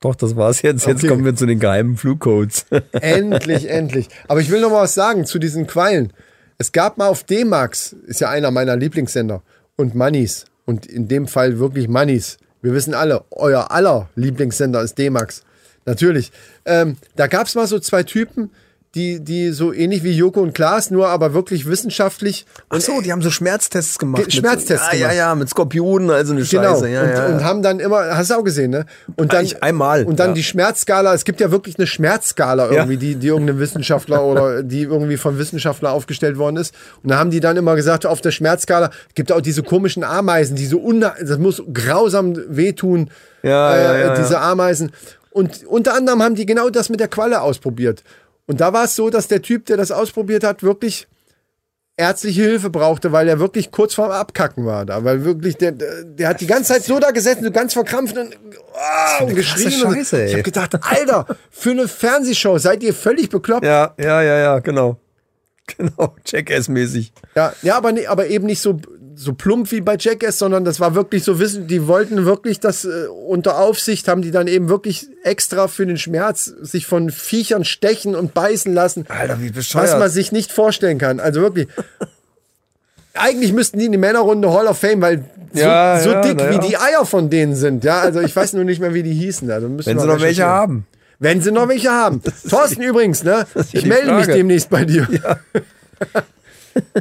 Speaker 4: Doch, das war's jetzt. Jetzt
Speaker 3: Okay.
Speaker 4: kommen wir zu den geheimen Flugcodes.
Speaker 3: endlich, endlich. Aber ich will noch mal was sagen zu diesen Quallen. Es gab mal auf D-Max, ist ja einer meiner Lieblingssender, und Mannis. Und in dem Fall wirklich Mannis. Wir wissen alle, euer aller Lieblingssender ist D-Max. Natürlich. Ähm, da gab's mal so zwei Typen, die, die so ähnlich wie Joko und Klaas, nur aber wirklich wissenschaftlich.
Speaker 4: Ach so, die haben so Schmerztests gemacht. mit so-
Speaker 3: Schmerztests
Speaker 4: ja, Ja,
Speaker 3: gemacht.
Speaker 4: ja, mit Skorpionen, also eine
Speaker 3: Genau.
Speaker 4: Scheiße. Ja,
Speaker 3: und,
Speaker 4: ja.
Speaker 3: und haben dann immer, hast du auch gesehen, ne? Und dann
Speaker 4: Ich- einmal,
Speaker 3: Und dann
Speaker 4: ja.
Speaker 3: die Schmerzskala. Es gibt ja wirklich eine Schmerzskala irgendwie, die, die irgendein Wissenschaftler oder die irgendwie von Wissenschaftler aufgestellt worden ist. Und da haben die dann immer gesagt, auf der Schmerzskala gibt auch diese komischen Ameisen, die so unter, das muss grausam wehtun. äh,
Speaker 4: Ja, ja, ja,
Speaker 3: diese
Speaker 4: ja.
Speaker 3: Ameisen. Und unter anderem haben die genau das mit der Qualle ausprobiert. Und da war es so, dass der Typ, der das ausprobiert hat, wirklich ärztliche Hilfe brauchte, weil er wirklich kurz vorm Abkacken war da, weil wirklich der, der der hat die ganze Zeit so da gesessen, so ganz verkrampft und, ah, und geschrien. Und
Speaker 4: Scheiße, ey.
Speaker 3: ich habe gedacht, Alter, für eine Fernsehshow seid ihr völlig bekloppt. Ja,
Speaker 4: ja, ja, ja, ja, genau. Genau, Jackass-mäßig.
Speaker 3: ja, aber, nee, aber eben nicht so, so plump wie bei Jackass, sondern das war wirklich so wissen, die wollten wirklich das äh, unter Aufsicht, haben die dann eben wirklich extra für den Schmerz sich von Viechern stechen und beißen lassen.
Speaker 4: Alter, wie
Speaker 3: was man
Speaker 4: bescheuert.
Speaker 3: sich nicht vorstellen kann. Also wirklich. Eigentlich müssten die in die Männerrunde Hall of Fame, weil so,
Speaker 4: Ja,
Speaker 3: so
Speaker 4: ja,
Speaker 3: dick
Speaker 4: na
Speaker 3: wie
Speaker 4: ja.
Speaker 3: die Eier von denen sind. Ja, also ich weiß nur nicht mehr, wie die hießen. Also müssen
Speaker 4: Wenn
Speaker 3: wir
Speaker 4: sie noch welche
Speaker 3: recherchieren.
Speaker 4: haben.
Speaker 3: Wenn sie noch welche haben. Thorsten übrigens, ne?
Speaker 4: ja
Speaker 3: Ich
Speaker 4: die
Speaker 3: melde mich
Speaker 4: Frage.
Speaker 3: demnächst bei dir.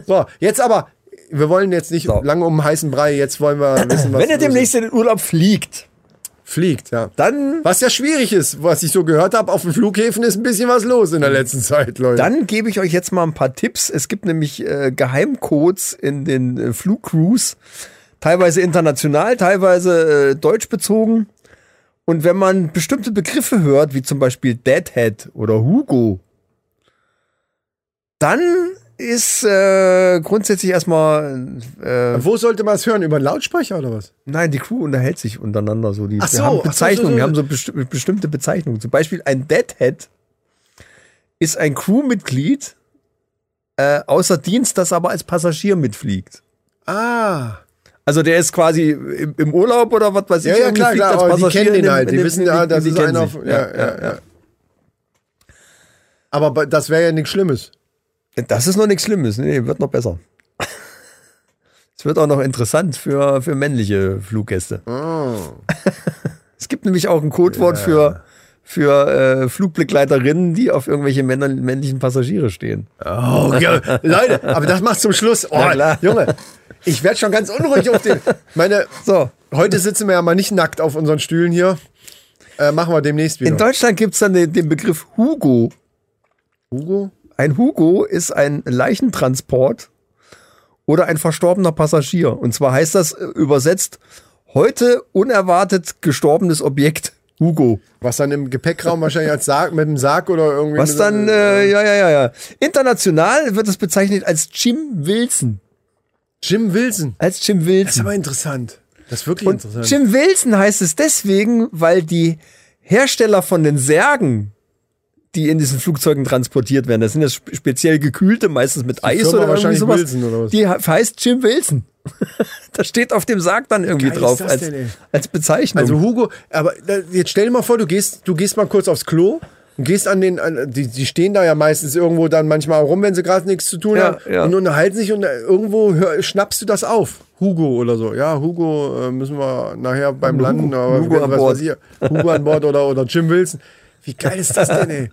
Speaker 3: so, jetzt aber, wir wollen jetzt nicht
Speaker 4: So.
Speaker 3: lange um den heißen Brei, jetzt wollen wir wissen, was
Speaker 4: Wenn ihr
Speaker 3: los ist.
Speaker 4: demnächst in den Urlaub fliegt,
Speaker 3: fliegt, ja.
Speaker 4: dann,
Speaker 3: Was ja schwierig ist, was ich so gehört habe, auf den Flughäfen ist ein bisschen was los in der letzten Zeit, Leute.
Speaker 4: dann gebe ich euch jetzt mal ein paar Tipps. Es gibt nämlich äh, Geheimcodes in den äh, Flugcrews, teilweise international, teilweise äh, deutsch bezogen. Und wenn man bestimmte Begriffe hört, wie zum Beispiel Deadhead oder Hugo, dann ist äh, grundsätzlich erstmal, äh,
Speaker 3: Wo sollte man es hören? Über einen Lautsprecher oder was?
Speaker 4: nein, die Crew unterhält sich untereinander so. Die,
Speaker 3: Ach so,
Speaker 4: wir haben
Speaker 3: ach so,
Speaker 4: Bezeichnungen,
Speaker 3: so, so.
Speaker 4: wir haben so besti bestimmte Bezeichnungen. Zum Beispiel ein Deadhead ist ein Crewmitglied äh, außer Dienst, das aber als Passagier mitfliegt.
Speaker 3: Ah.
Speaker 4: Also der ist quasi im, im Urlaub oder was weiß ich.
Speaker 3: Ja, ja,
Speaker 4: und
Speaker 3: klar,
Speaker 4: fliegt
Speaker 3: klar,
Speaker 4: als
Speaker 3: aber die
Speaker 4: Passagier
Speaker 3: kennen
Speaker 4: in
Speaker 3: den
Speaker 4: dem-
Speaker 3: halt.
Speaker 4: in
Speaker 3: Die
Speaker 4: dem-
Speaker 3: wissen, ja,
Speaker 4: die-
Speaker 3: das
Speaker 4: die
Speaker 3: ist
Speaker 4: kennen
Speaker 3: einer auf.
Speaker 4: sich.
Speaker 3: Ja, ja, ja, Aber bei- das wäre ja nichts Schlimmes.
Speaker 4: Das ist noch nichts Schlimmes. Nee, wird noch besser. Es wird auch noch interessant für, für männliche Fluggäste. Es gibt nämlich auch ein Codewort für, für äh, Flugbegleiterinnen, die auf irgendwelche Männer, männlichen Passagiere stehen.
Speaker 3: Oh, ja, Leute, aber das macht zum Schluss. Oh,
Speaker 4: Na klar.
Speaker 3: Junge, ich werde schon ganz unruhig auf den. Meine,
Speaker 4: So.
Speaker 3: heute sitzen wir ja mal nicht nackt auf unseren Stühlen hier. Äh, machen wir demnächst
Speaker 4: In
Speaker 3: wieder.
Speaker 4: Deutschland gibt es dann den, den Begriff Hugo.
Speaker 3: Hugo?
Speaker 4: Ein Hugo ist ein Leichentransport oder ein verstorbener Passagier. Und zwar heißt das äh, übersetzt heute unerwartet gestorbenes Objekt Hugo.
Speaker 3: Was dann im Gepäckraum wahrscheinlich als Sarg, mit dem Sarg oder irgendwie.
Speaker 4: Was
Speaker 3: mit-
Speaker 4: dann, äh, ja, ja, ja, ja. International wird es bezeichnet als Jim Wilson.
Speaker 3: Jim Wilson.
Speaker 4: Als Jim
Speaker 3: Das ist
Speaker 4: Wilson.
Speaker 3: aber interessant. Das ist wirklich
Speaker 4: Und
Speaker 3: interessant.
Speaker 4: Jim Wilson heißt es deswegen, weil die Hersteller von den Särgen, die in diesen Flugzeugen transportiert werden, das sind ja sp- speziell gekühlte, meistens mit Eis oder
Speaker 3: Firma
Speaker 4: irgendwie
Speaker 3: wahrscheinlich
Speaker 4: sowas.
Speaker 3: Wilson oder was?
Speaker 4: Die he- heißt Jim Wilson. da steht auf dem Sarg dann irgendwie
Speaker 3: geil ist
Speaker 4: drauf
Speaker 3: das
Speaker 4: als,
Speaker 3: denn, ey?
Speaker 4: als Bezeichnung.
Speaker 3: Also Hugo, aber da- jetzt stell dir mal vor, du gehst, du gehst mal kurz aufs Klo und gehst an den, an, die, die stehen da ja meistens irgendwo dann manchmal rum, wenn sie gerade nichts zu tun
Speaker 4: Ja,
Speaker 3: haben
Speaker 4: ja.
Speaker 3: und unterhalten sich und äh, irgendwo hör, schnappst du das auf. Hugo oder so. Ja, Hugo äh, müssen wir nachher beim Landen, aber
Speaker 4: Hugo an
Speaker 3: was
Speaker 4: Bord.
Speaker 3: weiß ich, Hugo an Bord oder, oder Jim Wilson. Wie geil ist das denn, ey?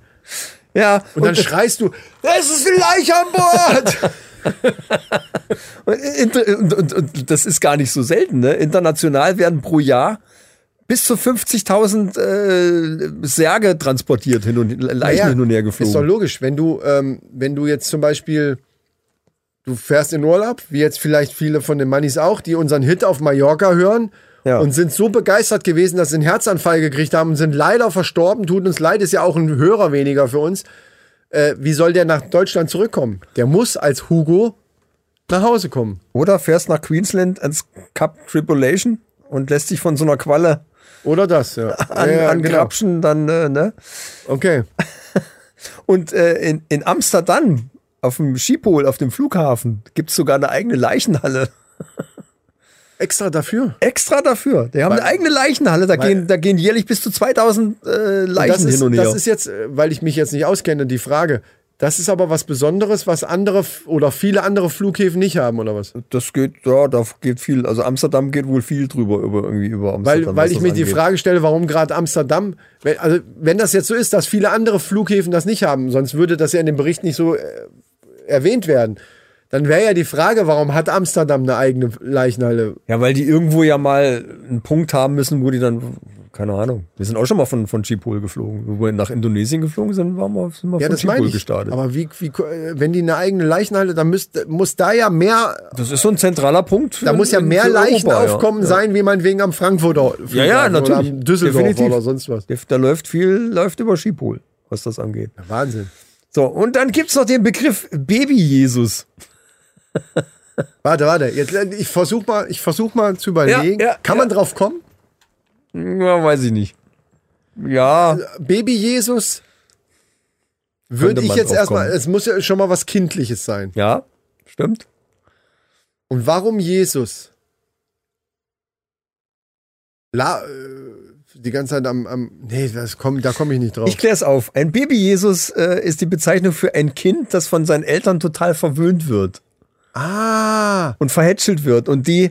Speaker 4: ja,
Speaker 3: Und dann schreist du, es ist ein Leich an Bord!
Speaker 4: Und, und, und, und das ist gar nicht so selten. Ne? International werden pro Jahr bis zu 50.000 äh, Särge transportiert, hin und, Leichen
Speaker 3: Ah Ja,
Speaker 4: hin und her
Speaker 3: Ist doch
Speaker 4: geflogen.
Speaker 3: logisch, wenn du, ähm, wenn du jetzt zum Beispiel, du fährst in Urlaub, wie jetzt vielleicht viele von den Mannis auch, die unseren Hit auf Mallorca hören
Speaker 4: Ja.
Speaker 3: und sind so begeistert gewesen, dass sie einen Herzanfall gekriegt haben und sind leider verstorben, tut uns leid, ist ja auch ein Hörer weniger für uns. Äh, wie soll der nach Deutschland zurückkommen? Der muss als Hugo nach Hause kommen.
Speaker 4: Oder fährst nach Queensland ans Cup Tripolation und lässt dich von so einer Qualle
Speaker 3: Oder das, ja.
Speaker 4: an,
Speaker 3: ja, ja, genau.
Speaker 4: angrapschen, dann, äh, ne?
Speaker 3: Okay.
Speaker 4: Und äh, in, in Amsterdam, auf dem Schiphol, auf dem Flughafen, gibt's sogar eine eigene Leichenhalle.
Speaker 3: Extra dafür.
Speaker 4: Extra dafür. Die haben eine eigene Leichenhalle. Da, gehen, da gehen jährlich bis zu 2000 äh, Leichen
Speaker 3: das ist,
Speaker 4: hin und her.
Speaker 3: Das ist jetzt, äh, weil ich mich jetzt nicht auskenne, die Frage. Das ist aber was Besonderes, was andere f- oder viele andere Flughäfen nicht haben, oder was?
Speaker 4: Das geht, ja, da geht viel. Also Amsterdam geht wohl viel drüber über irgendwie über Amsterdam.
Speaker 3: Weil, weil
Speaker 4: was
Speaker 3: ich
Speaker 4: das
Speaker 3: mir die
Speaker 4: angeht.
Speaker 3: Frage stelle, warum gerade Amsterdam, wenn, also wenn das jetzt so ist, dass viele andere Flughäfen das nicht haben, sonst würde das ja in dem Bericht nicht so äh, erwähnt werden, dann wäre ja die Frage, warum hat Amsterdam eine eigene Leichenhalle?
Speaker 4: Ja, weil die irgendwo ja mal einen Punkt haben müssen, wo die dann, keine Ahnung. Wir sind auch schon mal von, von Chipol geflogen. Wo wir nach Indonesien geflogen sind, waren wir, sind wir
Speaker 3: Ja,
Speaker 4: von
Speaker 3: das meine
Speaker 4: Chipol
Speaker 3: ich.
Speaker 4: gestartet.
Speaker 3: Aber wie, wie, äh, wenn die eine eigene Leichenhalle, dann müsste, muss da ja mehr,
Speaker 4: das ist so ein zentraler Punkt.
Speaker 3: da muss ja mehr Leichenaufkommen
Speaker 4: sein.
Speaker 3: sein, wie meinetwegen am Frankfurter
Speaker 4: Ja, ja,
Speaker 3: Flughafen oder
Speaker 4: natürlich.
Speaker 3: am Düsseldorf
Speaker 4: Definitiv.
Speaker 3: oder sonst was.
Speaker 4: Da läuft viel, läuft über Schipol, was das angeht.
Speaker 3: Wahnsinn.
Speaker 4: So, und dann gibt's noch den Begriff Baby-Jesus.
Speaker 3: Warte, warte, jetzt, äh, ich versuche mal, ich versuch mal zu überlegen,
Speaker 4: ja,
Speaker 3: kann
Speaker 4: ja.
Speaker 3: man drauf kommen?
Speaker 4: Ja, weiß ich nicht. Ja,
Speaker 3: Baby Jesus
Speaker 4: Könnte
Speaker 3: würde ich
Speaker 4: man
Speaker 3: jetzt
Speaker 4: drauf
Speaker 3: erstmal,
Speaker 4: kommen.
Speaker 3: es muss ja schon mal was Kindliches sein.
Speaker 4: ja, stimmt.
Speaker 3: Und warum Jesus? La, äh, die ganze Zeit am, am nee, das komm, da komme ich nicht drauf.
Speaker 4: Ich klär's auf. Ein Baby-Jesus äh, ist die Bezeichnung für ein Kind, das von seinen Eltern total verwöhnt wird.
Speaker 3: ah,
Speaker 4: und verhätschelt wird. Und die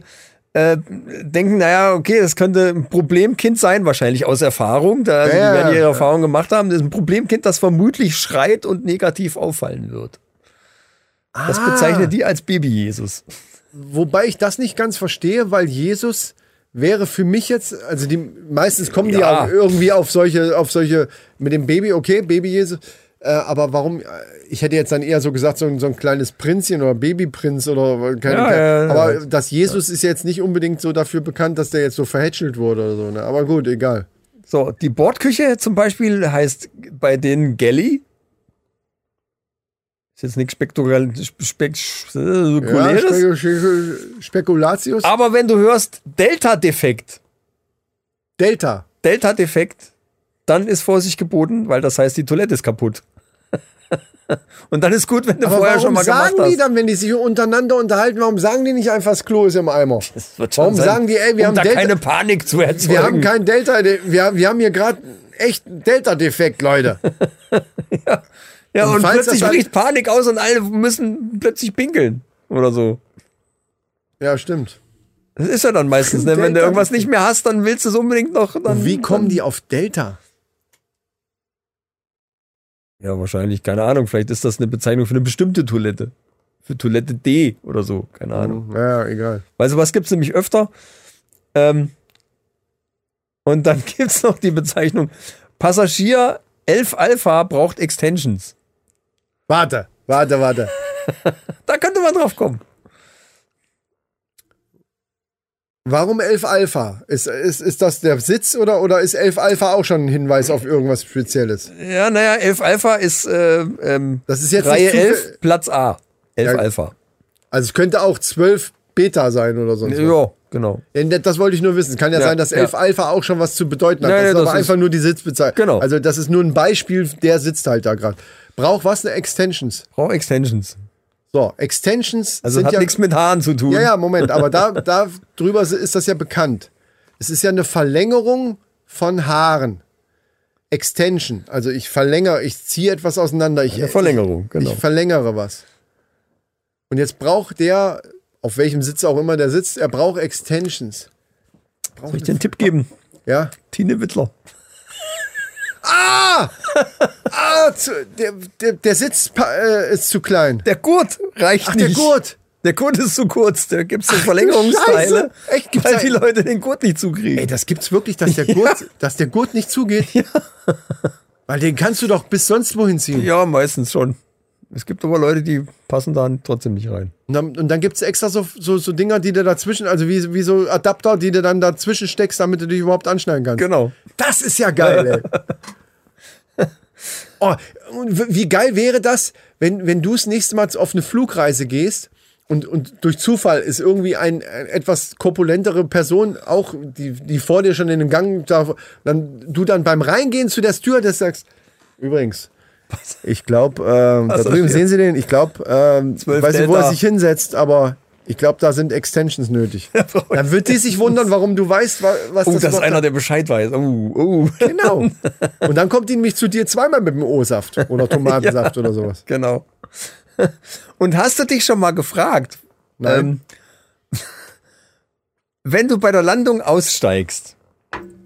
Speaker 4: äh, denken, naja, okay, das könnte ein Problemkind sein, wahrscheinlich aus Erfahrung. Da also die
Speaker 3: Ja, ja,
Speaker 4: werden ihre
Speaker 3: ja.
Speaker 4: Erfahrung gemacht haben. Das ist ein Problemkind, das vermutlich schreit und negativ auffallen wird. Das
Speaker 3: Ah.
Speaker 4: bezeichnet die als Baby-Jesus.
Speaker 3: wobei ich das nicht ganz verstehe, weil Jesus wäre für mich jetzt, also die meistens kommen die
Speaker 4: Ja.
Speaker 3: auch irgendwie auf solche, auf solche mit dem Baby, okay, Baby Jesus. Äh, aber warum? äh, Ich hätte jetzt dann eher so gesagt, so ein, so ein kleines Prinzchen oder Babyprinz oder keine.
Speaker 4: Ja, ja, ja.
Speaker 3: aber das Jesus ist jetzt nicht unbedingt so dafür bekannt, dass der jetzt so verhätschelt wurde oder so. Ne? Aber gut, egal.
Speaker 4: So, die Bordküche zum Beispiel heißt bei denen Galley. Ist jetzt nichts spektakulär- spek
Speaker 3: Ja,
Speaker 4: spektakuläres.
Speaker 3: Spek- Spek- Spekulatius.
Speaker 4: aber wenn du hörst Delta-Defekt,
Speaker 3: Delta.
Speaker 4: Delta-Defekt, dann ist Vorsicht geboten, weil das heißt, die Toilette ist kaputt. Und dann ist gut, wenn du
Speaker 3: Aber
Speaker 4: vorher
Speaker 3: warum
Speaker 4: schon mal gemacht
Speaker 3: sagen die
Speaker 4: hast.
Speaker 3: dann, wenn die sich untereinander unterhalten, warum sagen die nicht einfach, das Klo ist im Eimer?
Speaker 4: Das wird schon
Speaker 3: Warum
Speaker 4: sein,
Speaker 3: sagen die, ey, wir
Speaker 4: um
Speaker 3: haben
Speaker 4: da
Speaker 3: Delta?
Speaker 4: keine Panik zu erzeugen?
Speaker 3: Wir haben kein Delta, wir, wir haben hier gerade echt einen Delta-Defekt, Leute.
Speaker 4: ja, und
Speaker 3: falls das halt-
Speaker 4: plötzlich
Speaker 3: dann-
Speaker 4: bricht Panik aus und alle müssen plötzlich pinkeln oder so.
Speaker 3: Ja, stimmt.
Speaker 4: Das ist ja dann meistens, ne? wenn du
Speaker 3: Delta-
Speaker 4: irgendwas nicht mehr hast, dann willst du es unbedingt noch. Dann,
Speaker 3: Wie kommen die auf Delta?
Speaker 4: Ja, wahrscheinlich, keine Ahnung. Vielleicht ist das eine Bezeichnung für eine bestimmte Toilette. Für Toilette D oder so, keine Ahnung.
Speaker 3: Ja, egal.
Speaker 4: Weil sowas gibt es nämlich öfter. Ähm, und dann gibt es noch die Bezeichnung: Passagier 11 Alpha braucht Extensions.
Speaker 3: Warte, warte, warte.
Speaker 4: Da könnte man drauf kommen.
Speaker 3: Warum 11 Alpha? Ist, ist, ist das der Sitz oder, oder ist 11 Alpha auch schon ein Hinweis auf irgendwas Spezielles?
Speaker 4: Ja, naja, 11 Alpha ist äh, ähm,
Speaker 3: Das ist jetzt
Speaker 4: Reihe
Speaker 3: nicht zufällig-
Speaker 4: 11, Platz A. 11
Speaker 3: Ja,
Speaker 4: Alpha.
Speaker 3: Also es könnte auch 12 Beta sein oder sonst was.
Speaker 4: Ja, genau.
Speaker 3: Denn Das wollte ich nur wissen. Es kann ja,
Speaker 4: Ja,
Speaker 3: sein, dass
Speaker 4: ja.
Speaker 3: 11 Alpha auch schon was zu bedeuten hat.
Speaker 4: Ja,
Speaker 3: das
Speaker 4: ja,
Speaker 3: ist
Speaker 4: das
Speaker 3: aber
Speaker 4: ist-
Speaker 3: einfach nur die Sitzbezeichnung.
Speaker 4: Genau.
Speaker 3: Also das ist nur ein Beispiel, der sitzt halt da gerade. Braucht was? Eine Extensions.
Speaker 4: Braucht Extensions.
Speaker 3: So, Extensions
Speaker 4: Also
Speaker 3: sind
Speaker 4: hat
Speaker 3: ja,
Speaker 4: nichts mit Haaren zu tun.
Speaker 3: Ja, ja, Moment, aber da, da drüber ist das ja bekannt. Es ist ja eine Verlängerung von Haaren. Extension. Also ich verlängere, ich ziehe etwas auseinander. Ich,
Speaker 4: Eine Verlängerung, genau.
Speaker 3: ich verlängere was. Und jetzt braucht der, auf welchem Sitz auch immer der sitzt, er braucht Extensions.
Speaker 4: Soll ich dir einen Tipp geben?
Speaker 3: Ja.
Speaker 4: Tine Wittler.
Speaker 3: Ah, zu, der, der, der Sitz pa- äh, ist zu klein.
Speaker 4: Der Gurt reicht
Speaker 3: Ach,
Speaker 4: nicht.
Speaker 3: der Gurt.
Speaker 4: Der Gurt ist zu kurz. Da gibt es so Verlängerungsteile.
Speaker 3: Scheiße. Echt? Gibt's
Speaker 4: weil
Speaker 3: da-
Speaker 4: die Leute den Gurt nicht zukriegen.
Speaker 3: Ey, das gibt's wirklich, dass der Gurt, dass der Gurt nicht zugeht. Weil den kannst du doch bis sonst wohin ziehen.
Speaker 4: Ja, meistens schon. Es gibt aber Leute, die passen da trotzdem nicht rein.
Speaker 3: Und dann, und dann gibt es extra so, so, so Dinger, die du dazwischen, also wie, wie so Adapter, die du dann dazwischen steckst, damit du dich überhaupt anschneiden kannst.
Speaker 4: Genau.
Speaker 3: Das ist ja geil, ey. Oh, und w- wie geil wäre das, wenn, wenn du das nächste Mal auf eine Flugreise gehst und, und durch Zufall ist irgendwie ein, ein etwas korpulentere Person auch, die, die vor dir schon in den Gang da, dann du dann beim Reingehen zu der Stewardess sagst, übrigens, ich glaube, ähm, da
Speaker 4: Was
Speaker 3: drüben
Speaker 4: ist
Speaker 3: sehen Sie den, ich glaube, ähm,
Speaker 4: Zwölf
Speaker 3: weiß nicht, wo er
Speaker 4: Delta.
Speaker 3: sich hinsetzt, aber Ich glaube, da sind Extensions nötig. Dann wird die sich wundern, warum du weißt, wa- was
Speaker 4: Oh,
Speaker 3: das
Speaker 4: das ist
Speaker 3: Wort-
Speaker 4: einer, der Bescheid weiß. Oh, oh.
Speaker 3: Genau. Und dann kommt die nämlich zu dir zweimal mit dem O-Saft oder Tomatensaft oder sowas.
Speaker 4: Genau. Und hast du dich schon mal gefragt,
Speaker 3: Nein.
Speaker 4: ähm, wenn du bei der Landung aussteigst,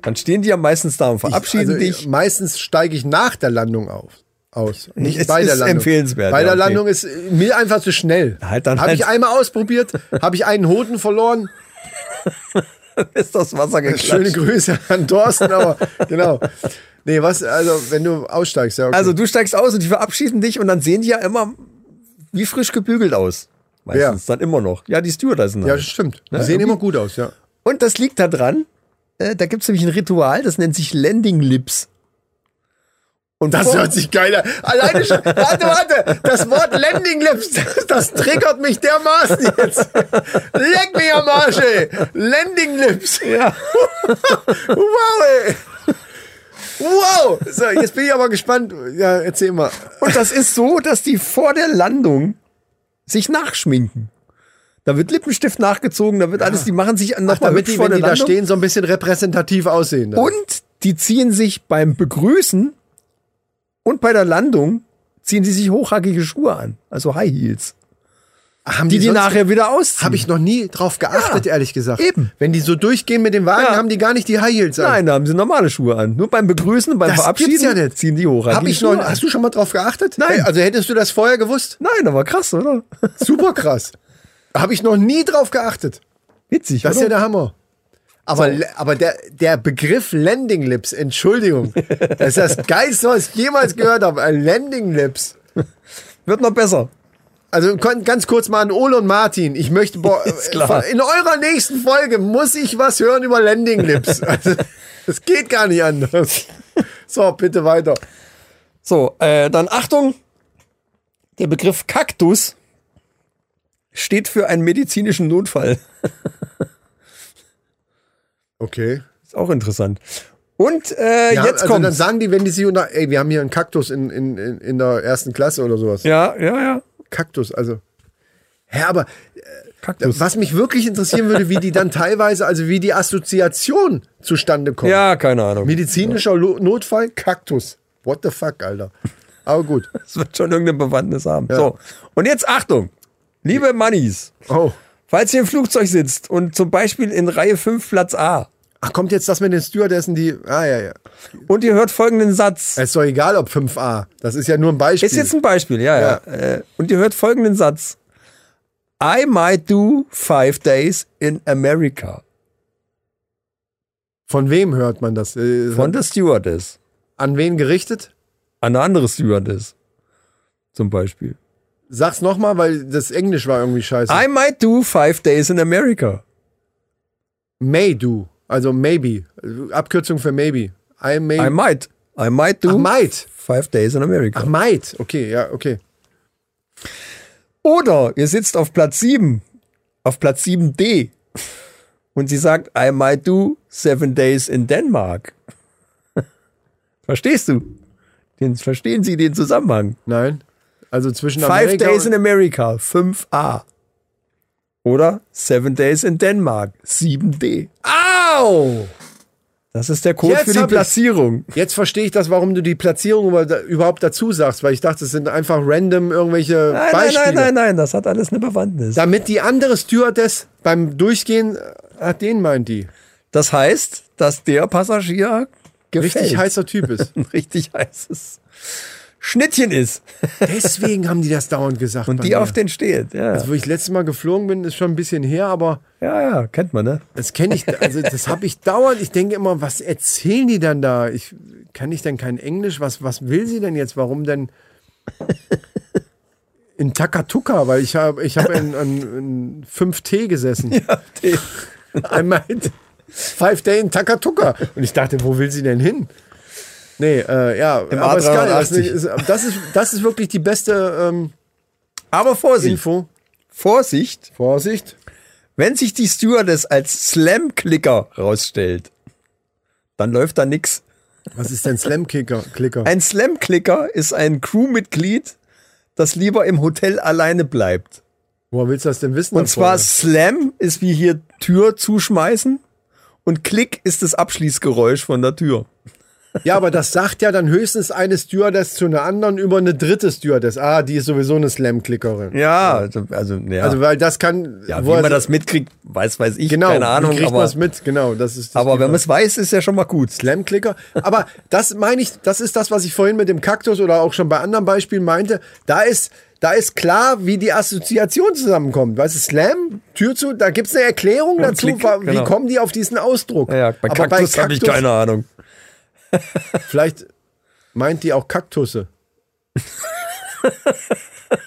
Speaker 4: dann stehen die ja meistens da und verabschieden
Speaker 3: also,
Speaker 4: dich.
Speaker 3: Meistens steige ich nach der Landung auf. Aus. Nicht
Speaker 4: Es
Speaker 3: bei der
Speaker 4: ist
Speaker 3: Landung.
Speaker 4: empfehlenswert,
Speaker 3: Bei
Speaker 4: ja,
Speaker 3: der
Speaker 4: okay.
Speaker 3: Landung ist äh, mir einfach zu schnell.
Speaker 4: Halt dann
Speaker 3: Habe
Speaker 4: halt.
Speaker 3: ich einmal ausprobiert, habe ich einen Hoden verloren.
Speaker 4: Ist das Wasser
Speaker 3: Schöne
Speaker 4: geklatscht.
Speaker 3: Grüße an Thorsten, aber genau. Nee, was, also wenn du aussteigst, ja. Okay.
Speaker 4: Also du steigst aus und die verabschieden dich und dann sehen die ja immer wie frisch gebügelt aus. Meistens dann immer noch. Ja, die Stewardessen.
Speaker 3: ja,
Speaker 4: halt.
Speaker 3: das stimmt. Die sehen immer gut aus, ja.
Speaker 4: Und das liegt daran, äh, da gibt es nämlich ein Ritual, das nennt sich Landing Lips. Und
Speaker 3: Das
Speaker 4: vor-
Speaker 3: hört sich geil an. Alleine schon. Warte, warte. Das Wort Landing Lips, das, das triggert mich dermaßen jetzt. Leck mich am Arsch, ey. Landing Lips.
Speaker 4: Ja.
Speaker 3: Wow, ey. Wow. So, jetzt bin ich aber gespannt. Ja, erzähl mal.
Speaker 4: Und das ist so, dass die vor der Landung sich nachschminken. Da wird Lippenstift nachgezogen, da wird alles, die machen sich
Speaker 3: Ach,
Speaker 4: nochmal
Speaker 3: damit
Speaker 4: hübsch
Speaker 3: die,
Speaker 4: vor
Speaker 3: wenn
Speaker 4: der
Speaker 3: die da
Speaker 4: Landung.
Speaker 3: stehen, so ein bisschen repräsentativ aussehen. dann.
Speaker 4: Und die ziehen sich beim Begrüßen und bei der Landung ziehen sie sich hochhackige Schuhe an, also High Heels,
Speaker 3: Ach, haben
Speaker 4: die die,
Speaker 3: sonst-
Speaker 4: nachher wieder ausziehen.
Speaker 3: Habe ich noch nie drauf geachtet,
Speaker 4: Ja,
Speaker 3: ehrlich gesagt.
Speaker 4: eben.
Speaker 3: Wenn die so durchgehen mit dem Wagen,
Speaker 4: Ja.
Speaker 3: haben die gar nicht die High Heels an.
Speaker 4: Nein, da haben sie normale Schuhe an. Nur beim Begrüßen und beim
Speaker 3: Das gibt's
Speaker 4: Verabschieden
Speaker 3: ja nicht.
Speaker 4: ziehen die hochhackige
Speaker 3: Hab ich
Speaker 4: Schuhe
Speaker 3: noch,
Speaker 4: an.
Speaker 3: hast du schon mal drauf geachtet?
Speaker 4: Nein.
Speaker 3: Hey, Also hättest du das vorher gewusst?
Speaker 4: Nein, aber krass, oder?
Speaker 3: Super krass. Habe ich noch nie drauf geachtet.
Speaker 4: Witzig,
Speaker 3: Das ist
Speaker 4: oder?
Speaker 3: ja der Hammer. Aber, aber der, der Begriff Landing Lips, Entschuldigung, das ist das Geilste, was ich jemals gehört habe. Ein Landing Lips.
Speaker 4: Wird noch besser.
Speaker 3: Also kon- ganz kurz mal an Ole und Martin. Ich möchte bo-
Speaker 4: Ist klar.
Speaker 3: in eurer nächsten Folge muss ich was hören über Landing Lips. Also, das geht gar nicht anders. So, bitte weiter.
Speaker 4: So, äh, dann Achtung. Der Begriff Kaktus steht für einen medizinischen Notfall.
Speaker 3: Okay.
Speaker 4: Ist auch interessant. Und äh,
Speaker 3: Ja,
Speaker 4: jetzt
Speaker 3: also
Speaker 4: kommt.
Speaker 3: dann sagen die, wenn die sich unter, ey, wir haben hier einen Kaktus in, in, in, in der ersten Klasse oder sowas.
Speaker 4: ja, ja, ja.
Speaker 3: Kaktus, also. Hä, aber
Speaker 4: Kaktus.
Speaker 3: was mich wirklich interessieren würde, wie die dann teilweise, also wie die Assoziation zustande kommt.
Speaker 4: Ja, keine Ahnung.
Speaker 3: Medizinischer Lo- Notfall, Kaktus. What the fuck, Alter. Aber gut.
Speaker 4: Das wird schon irgendeine Bewandtnis haben. So. Und jetzt Achtung. Liebe Mannis,
Speaker 3: Oh.
Speaker 4: falls ihr im Flugzeug sitzt und zum Beispiel in Reihe 5 Platz A
Speaker 3: Ach, kommt jetzt das mit den Stewardessen, die. Ah, ja, ja.
Speaker 4: und ihr hört folgenden Satz.
Speaker 3: Ist doch egal, ob 5a. Das ist ja nur ein Beispiel.
Speaker 4: Ist jetzt ein Beispiel, ja, ja. Äh, Und ihr hört folgenden Satz. I might do five days in America.
Speaker 3: Von wem hört man das? Äh,
Speaker 4: Von der Stewardess.
Speaker 3: An wen gerichtet?
Speaker 4: An eine andere Stewardess. Zum Beispiel.
Speaker 3: Sag's nochmal, weil das Englisch war irgendwie scheiße.
Speaker 4: I might do five days in America.
Speaker 3: may do. Also maybe. Abkürzung für maybe. I may.
Speaker 4: I might. I might do
Speaker 3: Ach, might.
Speaker 4: five days in America.
Speaker 3: Ach, might. Okay, ja, okay.
Speaker 4: Oder ihr sitzt auf Platz 7, auf Platz 7D und sie sagt, I might do seven days in Denmark. Verstehst du? Den, verstehen Sie den Zusammenhang?
Speaker 3: Nein. Also zwischen
Speaker 4: Five
Speaker 3: Amerika
Speaker 4: days in
Speaker 3: und,
Speaker 4: America, 5a. Oder seven days in Denmark, 7d.
Speaker 3: Au!
Speaker 4: Das ist der Code
Speaker 3: Jetzt
Speaker 4: für die
Speaker 3: hab ich-
Speaker 4: Platzierung.
Speaker 3: Jetzt verstehe ich das, warum du die Platzierung über- überhaupt dazu sagst, weil ich dachte, es sind einfach random irgendwelche
Speaker 4: Nein, nein,
Speaker 3: Beispiele.
Speaker 4: nein, nein, nein, das hat alles eine Bewandtnis.
Speaker 3: Damit die andere Stewardess beim Durchgehen, ach, den meint die.
Speaker 4: Das heißt, dass der Passagier gefällt.
Speaker 3: Richtig heißer Typ ist.
Speaker 4: Ein richtig heißes Schnittchen ist.
Speaker 3: Deswegen haben die das dauernd gesagt.
Speaker 4: Und
Speaker 3: bei
Speaker 4: die
Speaker 3: mir.
Speaker 4: auf den steht. Ja.
Speaker 3: Wo ich letztes Mal geflogen bin, ist schon ein bisschen her, aber
Speaker 4: ja, ja, kennt man, ne?
Speaker 3: das kenne ich, also das habe ich dauernd. Ich denke immer, was erzählen die dann da? Ich kann ich denn kein Englisch? Was, was will sie denn jetzt? Warum denn? In Takatuka, weil ich habe ich hab in, in, in 5T gesessen. I meint Five Day in Takatuka. Und ich dachte, wo will sie denn hin? Nee, äh, ja, aber ist geil. Das ist, das, ist, das ist wirklich die beste ähm,
Speaker 4: Aber Vorsicht,
Speaker 3: Info.
Speaker 4: Vorsicht,
Speaker 3: Vorsicht.
Speaker 4: wenn sich die Stewardess als Slam-Clicker rausstellt, dann läuft da nix.
Speaker 3: Was ist denn Slam-Kicker? Klicker?
Speaker 4: Ein Slam-Clicker ist ein Crewmitglied, das lieber im Hotel alleine bleibt
Speaker 3: Woher willst du das denn wissen?
Speaker 4: Und zwar
Speaker 3: ist
Speaker 4: Slam ist wie hier Tür zuschmeißen und Klick ist das Abschließgeräusch von der Tür.
Speaker 3: Ja, aber das sagt ja dann höchstens eine Stewardess zu einer anderen über eine dritte Stewardess. Ah, die ist sowieso eine Slam-Klickerin.
Speaker 4: Ja, also, also ja.
Speaker 3: Also, weil das kann.
Speaker 4: ja, wie
Speaker 3: woher-
Speaker 4: man das mitkriegt, weiß, weiß ich,
Speaker 3: Genau,
Speaker 4: keine
Speaker 3: wie
Speaker 4: Ahnung.
Speaker 3: kriegt man
Speaker 4: Aber,
Speaker 3: es mit? Genau, das ist. Das
Speaker 4: aber wenn man
Speaker 3: man
Speaker 4: es weiß, ist ja schon mal gut.
Speaker 3: Slam-Klicker. Aber das meine ich, das ist das, was ich vorhin mit dem Kaktus oder auch schon bei anderen Beispielen meinte. Da ist, da ist klar, wie die Assoziation zusammenkommt. Weißt du, Slam, Tür zu, da gibt es eine Erklärung dazu,
Speaker 4: Klick,
Speaker 3: wa- wie
Speaker 4: genau.
Speaker 3: kommen die auf diesen Ausdruck.
Speaker 4: Ja, bei
Speaker 3: Aber
Speaker 4: Kaktus habe ich keine Ahnung.
Speaker 3: Vielleicht meint die auch Kaktusse.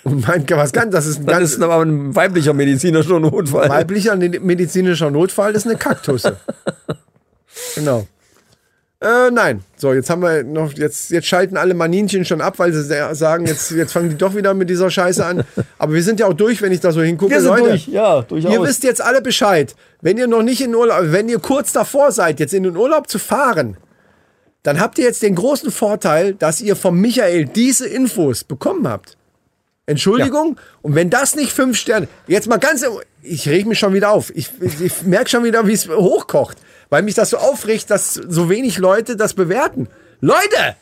Speaker 3: Und meint, was kann, das ist ein
Speaker 4: Dann
Speaker 3: ganz
Speaker 4: ist aber ein weiblicher Mediziner schon ein Notfall.
Speaker 3: weiblicher medizinischer Notfall, ist eine Kaktusse. genau. Äh, nein. So, jetzt haben wir noch, jetzt, jetzt schalten alle Maninchen schon ab, weil sie sehr- sagen, jetzt, jetzt fangen die doch wieder mit dieser Scheiße an. Aber wir sind ja auch durch, wenn ich da so hingucke.
Speaker 4: Wir sind
Speaker 3: Leute,
Speaker 4: durch, ja, durchaus.
Speaker 3: Ihr wisst jetzt alle Bescheid. Wenn ihr noch nicht in Urlaub, wenn ihr kurz davor seid, jetzt in den Urlaub zu fahren, dann habt ihr jetzt den großen Vorteil, dass ihr von Michael diese Infos bekommen habt. Entschuldigung? Und wenn das nicht fünf Sterne, jetzt mal ganz, im- ich reg mich schon wieder auf. Ich, ich merke schon wieder, wie es hochkocht, weil mich das so aufregt, dass so wenig Leute das bewerten. Leute!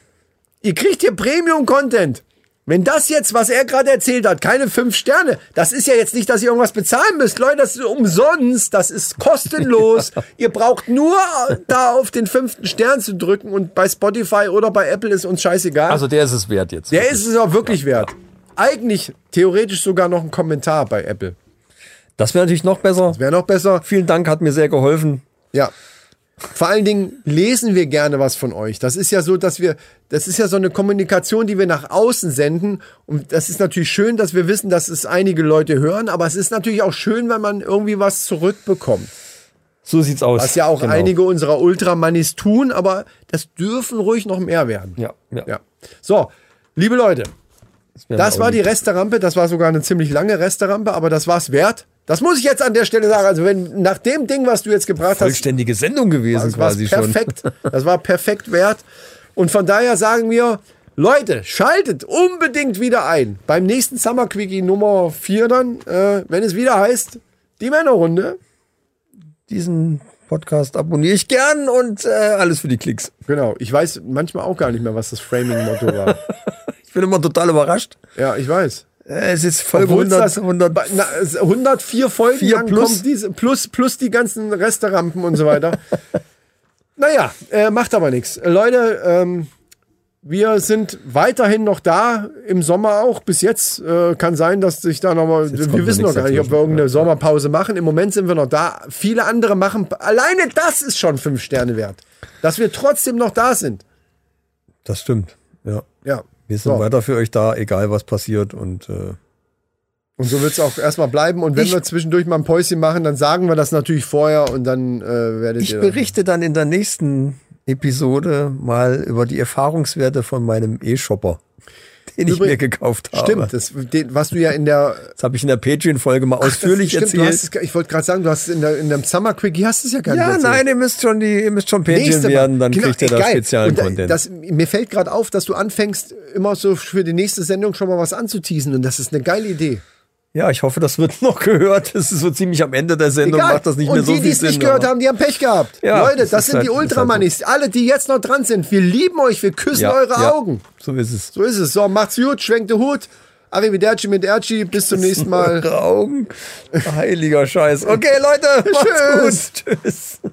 Speaker 3: Ihr kriegt hier Premium-Content. Wenn das jetzt, was er gerade erzählt hat, keine fünf Sterne, das ist ja jetzt nicht, dass ihr irgendwas bezahlen müsst. Leute, das ist umsonst, das ist kostenlos. ihr braucht nur da auf den fünften Stern zu drücken und bei Spotify oder bei Apple ist uns scheißegal.
Speaker 4: Also der ist es wert jetzt.
Speaker 3: Der ist es auch wirklich wert. Eigentlich theoretisch sogar noch ein Kommentar bei Apple.
Speaker 4: das wäre natürlich noch besser.
Speaker 3: Wäre noch besser.
Speaker 4: Vielen Dank, hat mir sehr geholfen.
Speaker 3: Ja. Vor allen Dingen lesen wir gerne was von euch. Das ist ja so, dass wir, das ist ja so eine Kommunikation, die wir nach außen senden. Und das ist natürlich schön, dass wir wissen, dass es einige Leute hören. Aber es ist natürlich auch schön, wenn man irgendwie was zurückbekommt.
Speaker 4: So sieht's aus.
Speaker 3: Was ja auch
Speaker 4: Genau.
Speaker 3: einige unserer Ultramanis tun. Aber das dürfen ruhig noch mehr werden.
Speaker 4: Ja, ja.
Speaker 3: ja. So, liebe Leute,
Speaker 4: wär mir
Speaker 3: das
Speaker 4: auch
Speaker 3: war die
Speaker 4: lieb.
Speaker 3: Resterampe. Das war sogar eine ziemlich lange Resterampe, aber das war's wert. Das muss ich jetzt an der Stelle sagen. Also wenn nach dem Ding, was du jetzt gebracht hast,
Speaker 4: vollständige Sendung gewesen
Speaker 3: das war
Speaker 4: quasi schon.
Speaker 3: perfekt. Das war perfekt wert. Und von daher sagen wir, Leute, schaltet unbedingt wieder ein. Beim nächsten Summer Quickie Nummer 4 dann, äh, wenn es wieder heißt, die Männerrunde.
Speaker 4: Diesen Podcast abonniere ich gern und äh, alles für die Klicks.
Speaker 3: Genau, ich weiß manchmal auch gar nicht mehr, was das Framing-Motto war.
Speaker 4: Ich bin immer total überrascht.
Speaker 3: Ja, ich weiß.
Speaker 4: Äh, Es ist Folge
Speaker 3: Obwohl's
Speaker 4: 100,
Speaker 3: das-
Speaker 4: 100
Speaker 3: bei- na, es- 104 Folgen
Speaker 4: Vier
Speaker 3: lang
Speaker 4: plus.
Speaker 3: kommt diese, plus, plus die ganzen Resterampen und so weiter. naja, äh, macht aber nichts. Äh, Leute, ähm, wir sind weiterhin noch da, im Sommer auch. Bis jetzt äh, kann sein, dass sich da nochmal.
Speaker 4: kommt
Speaker 3: Wir
Speaker 4: ja
Speaker 3: wissen noch
Speaker 4: nichts
Speaker 3: gar nicht, ob wir
Speaker 4: dazwischen.
Speaker 3: irgendeine Sommerpause machen. Im Moment sind wir noch da. Viele andere machen. Alleine das ist schon fünf Sterne wert. Dass wir trotzdem noch da sind.
Speaker 4: Das stimmt. Ja.
Speaker 3: Ja.
Speaker 4: Wir sind
Speaker 3: So.
Speaker 4: weiter für euch da, egal was passiert. Und äh,
Speaker 3: Und so wird es auch erstmal bleiben. Und wenn
Speaker 4: Ich-
Speaker 3: wir zwischendurch mal ein Päuschen machen, dann sagen wir das natürlich vorher und dann äh, werdet
Speaker 4: ich
Speaker 3: ihr.
Speaker 4: berichte dann in der nächsten Episode mal über die Erfahrungswerte von meinem E-Shopper, den ich
Speaker 3: Übrig-
Speaker 4: mir gekauft habe.
Speaker 3: Stimmt, das, den, was du ja in der.
Speaker 4: Das habe ich in der Patreon-Folge mal ausführlich
Speaker 3: stimmt, du hast
Speaker 4: erzählt.
Speaker 3: es, ich wollte gerade sagen, du hast es in, der, in dem Summer Quickie hast du es ja gar
Speaker 4: Ja,
Speaker 3: nicht.
Speaker 4: nein, ihr müsst schon die, ihr müsst schon Patreon werden, dann
Speaker 3: Genau,
Speaker 4: kriegt ihr Genau, da speziellen Content.
Speaker 3: äh, Das, mir fällt gerade auf, dass du anfängst, immer so für die nächste Sendung schon mal was anzuteasen. Und das ist eine geile Idee.
Speaker 4: ja, ich hoffe, das wird noch gehört. Das ist so ziemlich am Ende der Sendung, macht das nicht
Speaker 3: und
Speaker 4: mehr so
Speaker 3: die, die
Speaker 4: viel
Speaker 3: es
Speaker 4: Sinn.
Speaker 3: nicht gehört
Speaker 4: aber-
Speaker 3: haben, die haben Pech gehabt.
Speaker 4: Ja,
Speaker 3: Leute,
Speaker 4: das
Speaker 3: das
Speaker 4: ist
Speaker 3: sind
Speaker 4: halt-
Speaker 3: die
Speaker 4: ist halt so.
Speaker 3: Ultramanis. Alle, die jetzt noch dran sind, wir lieben euch, wir küssen
Speaker 4: ja,
Speaker 3: eure
Speaker 4: ja,
Speaker 3: Augen.
Speaker 4: So ist es.
Speaker 3: So ist es. So, macht's gut, schwenkt den Hut. Arrivederci mit Erci. Bis zum nächsten Mal.
Speaker 4: Eure Augen. Heiliger Scheiß. Okay, Leute, macht's gut. Tschüss.